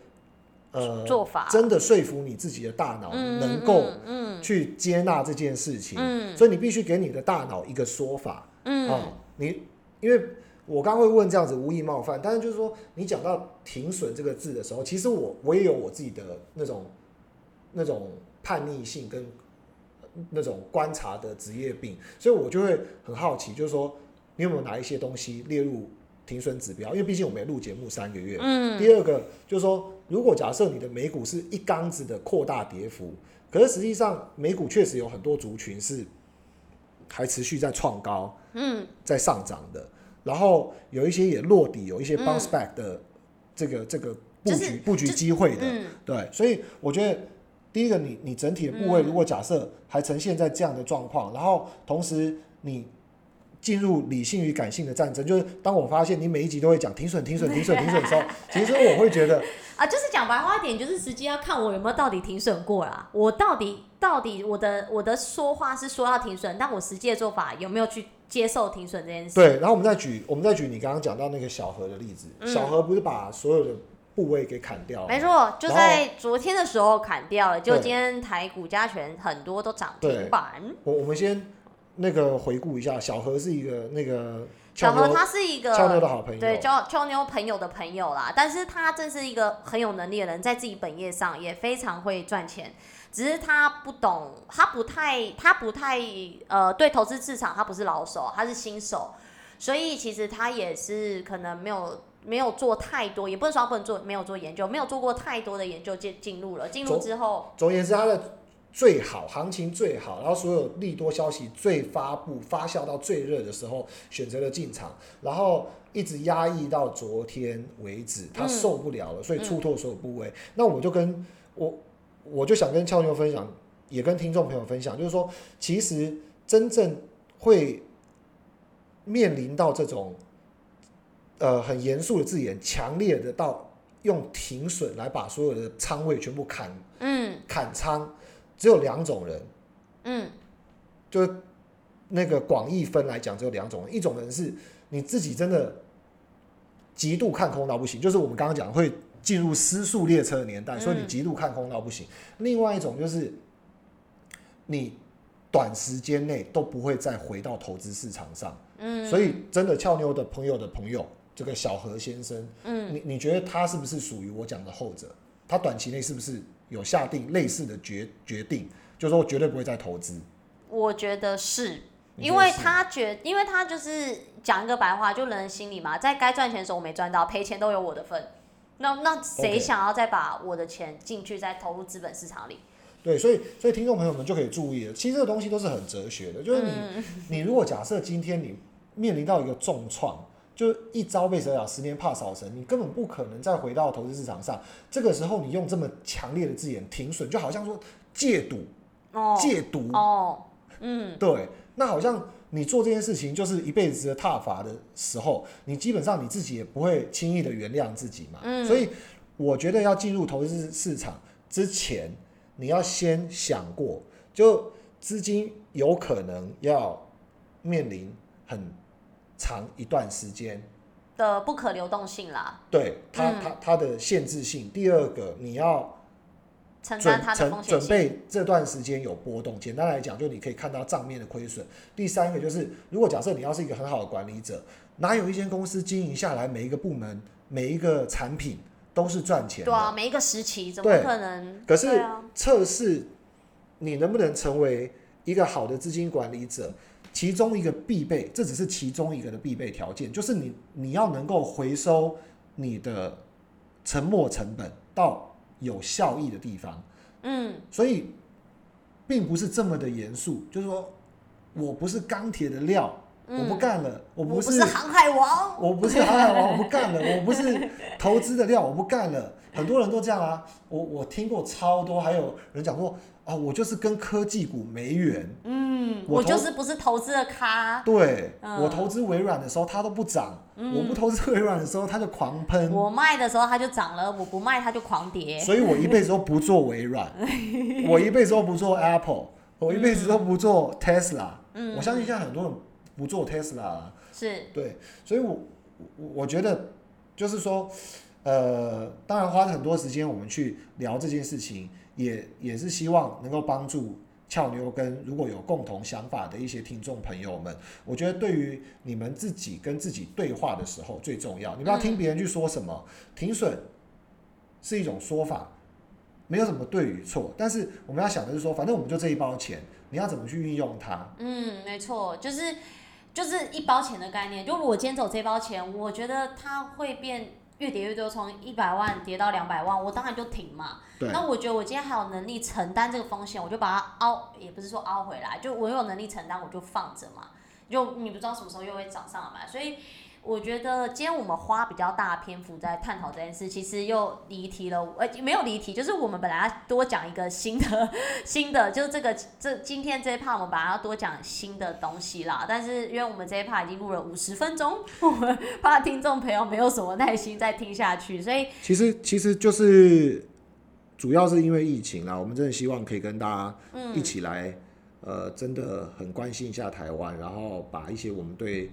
S1: 呃
S2: 做法
S1: 真的说服你自己的大脑
S2: 嗯
S1: 能够
S2: 嗯
S1: 去接纳这件事情，
S2: 嗯
S1: 所以你必须给你的大脑一个说法啊、
S2: 嗯
S1: 你因为我刚会问这样子无意冒犯，但是就是说你讲到停损这个字的时候，其实我我也有我自己的那种那种叛逆性跟那种观察的职业病，所以我就会很好奇，就是说你有没有哪一些东西列入停损指标？因为毕竟我们也录节目三个月，
S2: 嗯
S1: 第二个就是说，如果假设你的美股是一缸子的扩大跌幅，可是实际上美股确实有很多族群是还持续在创高、
S2: 嗯
S1: 在上涨的，然后有一些也落底，有一些
S2: 嗯
S1: bounce back 的这个、这个布局、
S2: 就是
S1: 布局
S2: 就
S1: 机会的，
S2: 嗯，
S1: 对，所以我觉得第一个你，你整体的部位
S2: 嗯
S1: 如果假设还呈现在这样的状况，然后同时你进入理性与感性的战争，就是当我发现你每一集都会讲停损、停损、停损、停损的时 候，其实我会觉得
S2: 啊，就是讲白话一点，就是实际要看我有没有到底停损过啦。我到底到底我的我的说话是说到停损，但我实际的做法有没有去接受停损这件事？
S1: 对。然后我们再举，我们再举你刚刚讲到那个小何的例子，
S2: 嗯
S1: 小何不是把所有的部位给砍掉了吗
S2: 没错，就
S1: 然后
S2: 在昨天的时候砍掉了，就
S1: 对
S2: 今天台股加权很多都涨停板。
S1: 我我们先那个回顾一下，小何是一个那个
S2: 小何
S1: 俏妞
S2: 他是一个
S1: 俏妞的好朋友，
S2: 对，交交妞朋友的朋友啦，但是他真是一个很有能力的人，在自己本业上也非常会赚钱，只是他不懂，他不太，他不太呃，对投资市场他不是老手，他是新手，所以其实他也是可能没有。没有做太多，也不能说他不能做，没有做研究，没有做过太多的研究进进入了，进入
S1: 总
S2: 之后，
S1: 总而言之，它的最好行情最好，然后所有利多消息最发布发酵到最热的时候，选择了进场，然后一直压抑到昨天为止，他
S2: 嗯
S1: 受不了了，所以出脱所有部位。那我就跟我我就想跟俏妞分享，也跟听众朋友分享，就是说，其实真正会面临到这种呃很严肃的字眼，强烈的到用停损来把所有的仓位全部砍
S2: 嗯
S1: 砍仓只有两种人，
S2: 嗯
S1: 就是那个广义分来讲只有两种人，一种人是你自己真的极度看空到不行，就是我们刚刚讲会进入失速列车的年代，
S2: 嗯
S1: 所以你极度看空到不行；另外一种就是你短时间内都不会再回到投资市场上，
S2: 嗯，
S1: 所以真的俏妞的朋友的朋友，这个小何先生。
S2: 嗯
S1: 你你觉得他是不是属于我讲的后者？他短期内是不是有下定类似的决决定，就说我绝对不会再投资？
S2: 我觉得是，
S1: 你
S2: 因
S1: 觉得
S2: 为
S1: 是
S2: 他觉，因为他就是讲一个白话，就人的心理嘛，在该赚钱的时候我没赚到，赔钱都有我的份。那那谁
S1: OK
S2: 想要再把我的钱进去再投入资本市场里？
S1: 对，所以所以听众朋友们就可以注意了，其实这个东西都是很哲学的，就是你、
S2: 嗯
S1: 你如果假设今天你面临到一个重创，就是一朝被蛇咬，十年怕草绳，你根本不可能再回到投资市场上。这个时候你用这么强烈的字眼停损，就好像说戒赌、
S2: 哦
S1: 戒赌、
S2: 哦，嗯
S1: 对，那好像你做这件事情就是一辈子的踏伐的时候，你基本上你自己也不会轻易的原谅自己嘛。
S2: 嗯
S1: 所以我觉得要进入投资市场之前，你要先想过，就资金有可能要面临很长一段时间。
S2: 的不可流动性啦，
S1: 对它，
S2: 嗯
S1: 它它的限制性。第二个，你要
S2: 承
S1: 准
S2: 担它的风
S1: 准
S2: 险
S1: 准
S2: 性。
S1: 备这段时间有波动，简单来讲，就你可以看到账面的亏损。第三个就是，如果假设你要是一个很好的管理者，哪有一间公司经营下来，每一个部门、每一个产品都是赚钱
S2: 对啊，
S1: 的？
S2: 每一个时期怎么
S1: 对
S2: 可能？
S1: 可是
S2: 对啊，
S1: 测试你能不能成为一个好的资金管理者，其中一个必备，这只是其中一个的必备条件，就是你你要能够回收你的沉没成本到有效益的地方，
S2: 嗯，
S1: 所以并不是这么的严肃，就是说我不是钢铁的料，我不
S2: 嗯
S1: 干了，我
S2: 我
S1: 不
S2: 不是航海王，
S1: 我不是航海王，我不干了，我不是投资的料，我不干了。很多人都这样啊，我我听过超多，还有人讲过啊，我就是跟科技股没缘。
S2: 嗯，
S1: 我
S2: 我
S1: 投
S2: 就是不是投资的咖，
S1: 对、
S2: 嗯
S1: 我投资微软的时候它都不涨，我不投资微软的时候它就狂喷，
S2: 我卖的时候它就涨了，我不卖它就狂跌。
S1: 所以我一辈子都不做微软，我一辈子都不做 Apple，我一辈子都不做 Tesla。
S2: 嗯，
S1: 我相信现在很多人不做 Tesla 啊、
S2: 是，
S1: 对，所以我我我觉得就是说，呃，当然花了很多时间我们去聊这件事情，也也是希望能够帮助俏妞跟如果有共同想法的一些听众朋友们，我觉得对于你们自己跟自己对话的时候最重要，你不要听别人去说什么、停损是一种说法。没有什么对与错，但是我们要想的是说，反正我们就这一包钱，你要怎么去运用它？
S2: 嗯，没错，就是就是一包钱的概念。就我今天走这包钱，我觉得它会变越跌越多，从一百万跌到两百万，我当然就停嘛。
S1: 对
S2: 那我觉得我今天还有能力承担这个风险，我就把它凹，也不是说凹回来，就我有能力承担，我就放着嘛。就你不知道什么时候又会涨上来嘛，所以我觉得今天我们花比较大的篇幅在探讨这件事，其实又离题了，呃，没有离题，就是我们本来要多讲一个新的 新的，就是这个这今天这一趴我们本来要多讲新的东西啦，但是因为我们这一趴已经录了五十分钟， 我们怕听众朋友没有什么耐心再听下去，所以
S1: 其实其实就是主要是因为疫情啦，我们真的希望可以跟大家一起来，呃，真的很关心一下台湾，然后把一些我们对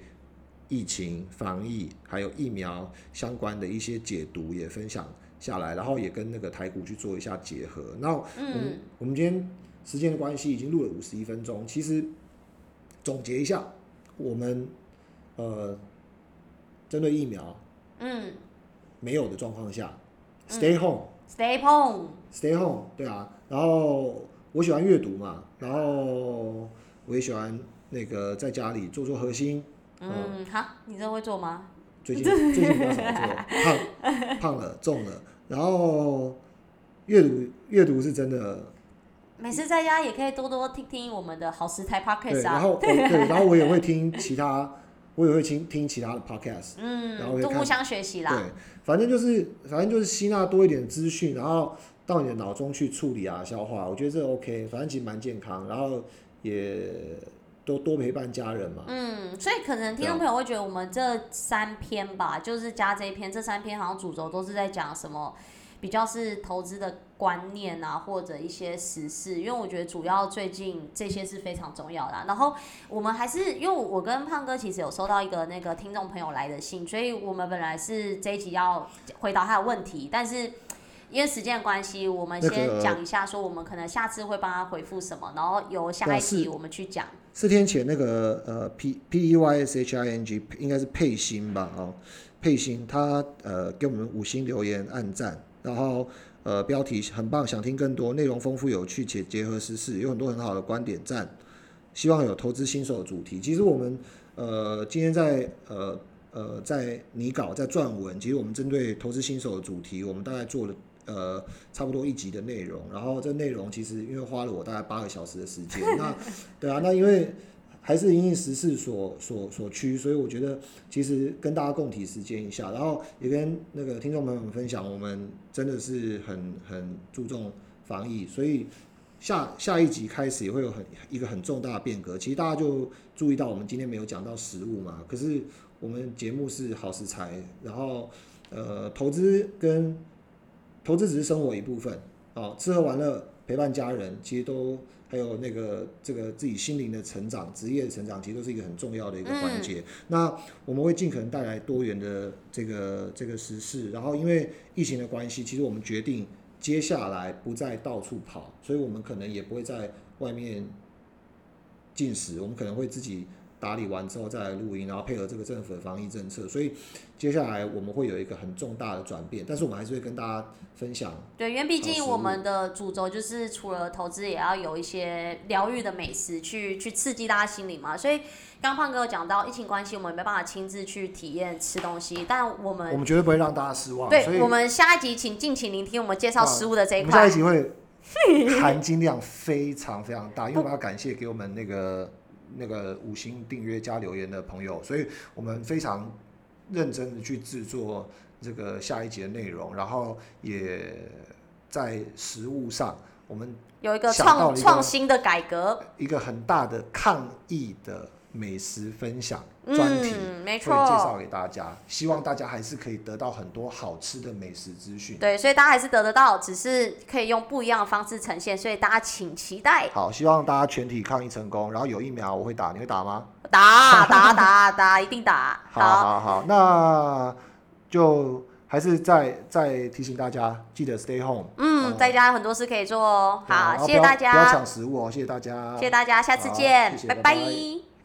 S1: 疫情防疫还有疫苗相关的一些解读也分享下来，然后也跟那个台股去做一下结合。那我们、
S2: 嗯
S1: 我们今天时间的关系已经录了五十一分钟，其实总结一下，我们呃针对疫苗
S2: 嗯
S1: 没有的状况下，stay home。
S2: ，Stay home，
S1: Stay home，对啊。然后我喜欢阅读嘛，然后我也喜欢那个在家里做做核心。
S2: 嗯，好，你这会做吗？
S1: 最近最近比较少做，胖胖了重了。然后阅读阅读是真的，
S2: 每次在家也可以多多听听我们的好食台
S1: 对。
S2: podcast
S1: 然
S2: 啊，
S1: 后我对，然后我也会听其他，我也会听听其他的 podcast。然后
S2: 嗯，
S1: 也
S2: 就
S1: 看
S2: 互相学习
S1: 对
S2: 啦。，
S1: 反正就是反正就是吸纳多一点资讯，然后到你的脑中去处理啊、消化，我觉得这 OK，反正其实蛮健康，然后也多多陪伴家人嘛。
S2: 嗯，所以可能听众朋友会觉得我们这三篇吧，就是加这一篇，这三篇好像主轴都是在讲什么，比较是投资的观念啊，或者一些时事，因为我觉得主要最近这些是非常重要的啊、然后我们还是因为我跟胖哥其实有收到一个那个听众朋友来的信，所以我们本来是这一集要回答他的问题，但是。因为时间的关系，我们
S1: 那个
S2: 先讲一下，说我们可能下次会帮他回复什么，然后由下
S1: 那
S2: 一
S1: 是
S2: 集我们去讲。
S1: 四天前那个呃 P P E Y S H I N G 应该是佩欣吧哦，佩欣他呃给我们五星留言按赞，然后呃标题很棒，想听更多，内容丰富有趣且结合时事，有很多很好的观点赞，希望有投资新手的主题。其实我们呃今天在呃呃在拟稿在撰文，其实我们针对投资新手的主题，我们大概做了。呃，差不多一集的内容，然后这内容其实因为花了我大概八个小时的时间，那对啊，那因为还是因应时事所所所趋，所以我觉得其实跟大家共体时间一下，然后也跟那个听众朋友们分享，我们真的是很很注重防疫，所以下下一集开始也会有很一个很重大的变革。其实大家就注意到我们今天没有讲到食物嘛，可是我们节目是好食材，然后呃投资跟投资只是生活一部分哦，吃喝玩乐陪伴家人，其实都还有那个这个自己心灵的成长、职业的成长，其实都是一个很重要的一个环节。那我们会尽可能带来多元的这个这个时事，然后因为疫情的关系，其实我们决定接下来不再到处跑，所以我们可能也不会在外面进食，我们可能会自己打理完之后再来录音，然后配合这个政府的防疫政策，所以接下来我们会有一个很重大的转变，但是我们还是会跟大家分享。
S2: 对，因为毕
S1: 好
S2: 竟
S1: 食
S2: 我
S1: 物
S2: 们的主轴就是除了投资，也要有一些疗愈的美食去去刺激大家心灵嘛。所以刚胖哥有讲到疫情关系，我们没办法亲自去体验吃东西，但我
S1: 我
S2: 们
S1: 们绝对不会让大家失望，所以
S2: 对我们下一集请敬请聆听我们介绍
S1: 啊
S2: 食物的这一
S1: 我们下
S2: 块
S1: 一。集 会含金量非常非常大，因为我们要感谢给我们那个那个五星订阅加留言的朋友，所以我们非常认真的去制作这个下一集的内容，然后也在食物上我们
S2: 有一个
S1: 想到
S2: 创
S1: 了一个
S2: 创新的改革，嗯
S1: 一个很大的抗疫的美食分享专题。
S2: 嗯，没
S1: 会介
S2: 错，
S1: 绍给大家，希望大家还是可以得到很多好吃的美食资讯。
S2: 对，所以大家还是得得到，只是可以用不一样的方式呈现，所以大家请期待，
S1: 好，希望大家全体抗疫成功。然后有疫苗我会打，你会打吗？
S2: 打打打打，一定打，
S1: 好好好，那就还是再再提醒大家，记得 stay home。
S2: 嗯，在家有很多事可以做哦。
S1: 对啊
S2: 好，
S1: 然后
S2: 谢谢
S1: 不要
S2: 大
S1: 不要
S2: 家，
S1: 抢食物哦，谢谢大家，
S2: 谢谢大家，下次
S1: 好
S2: 见，
S1: 谢谢
S2: 拜
S1: 拜拜
S2: 拜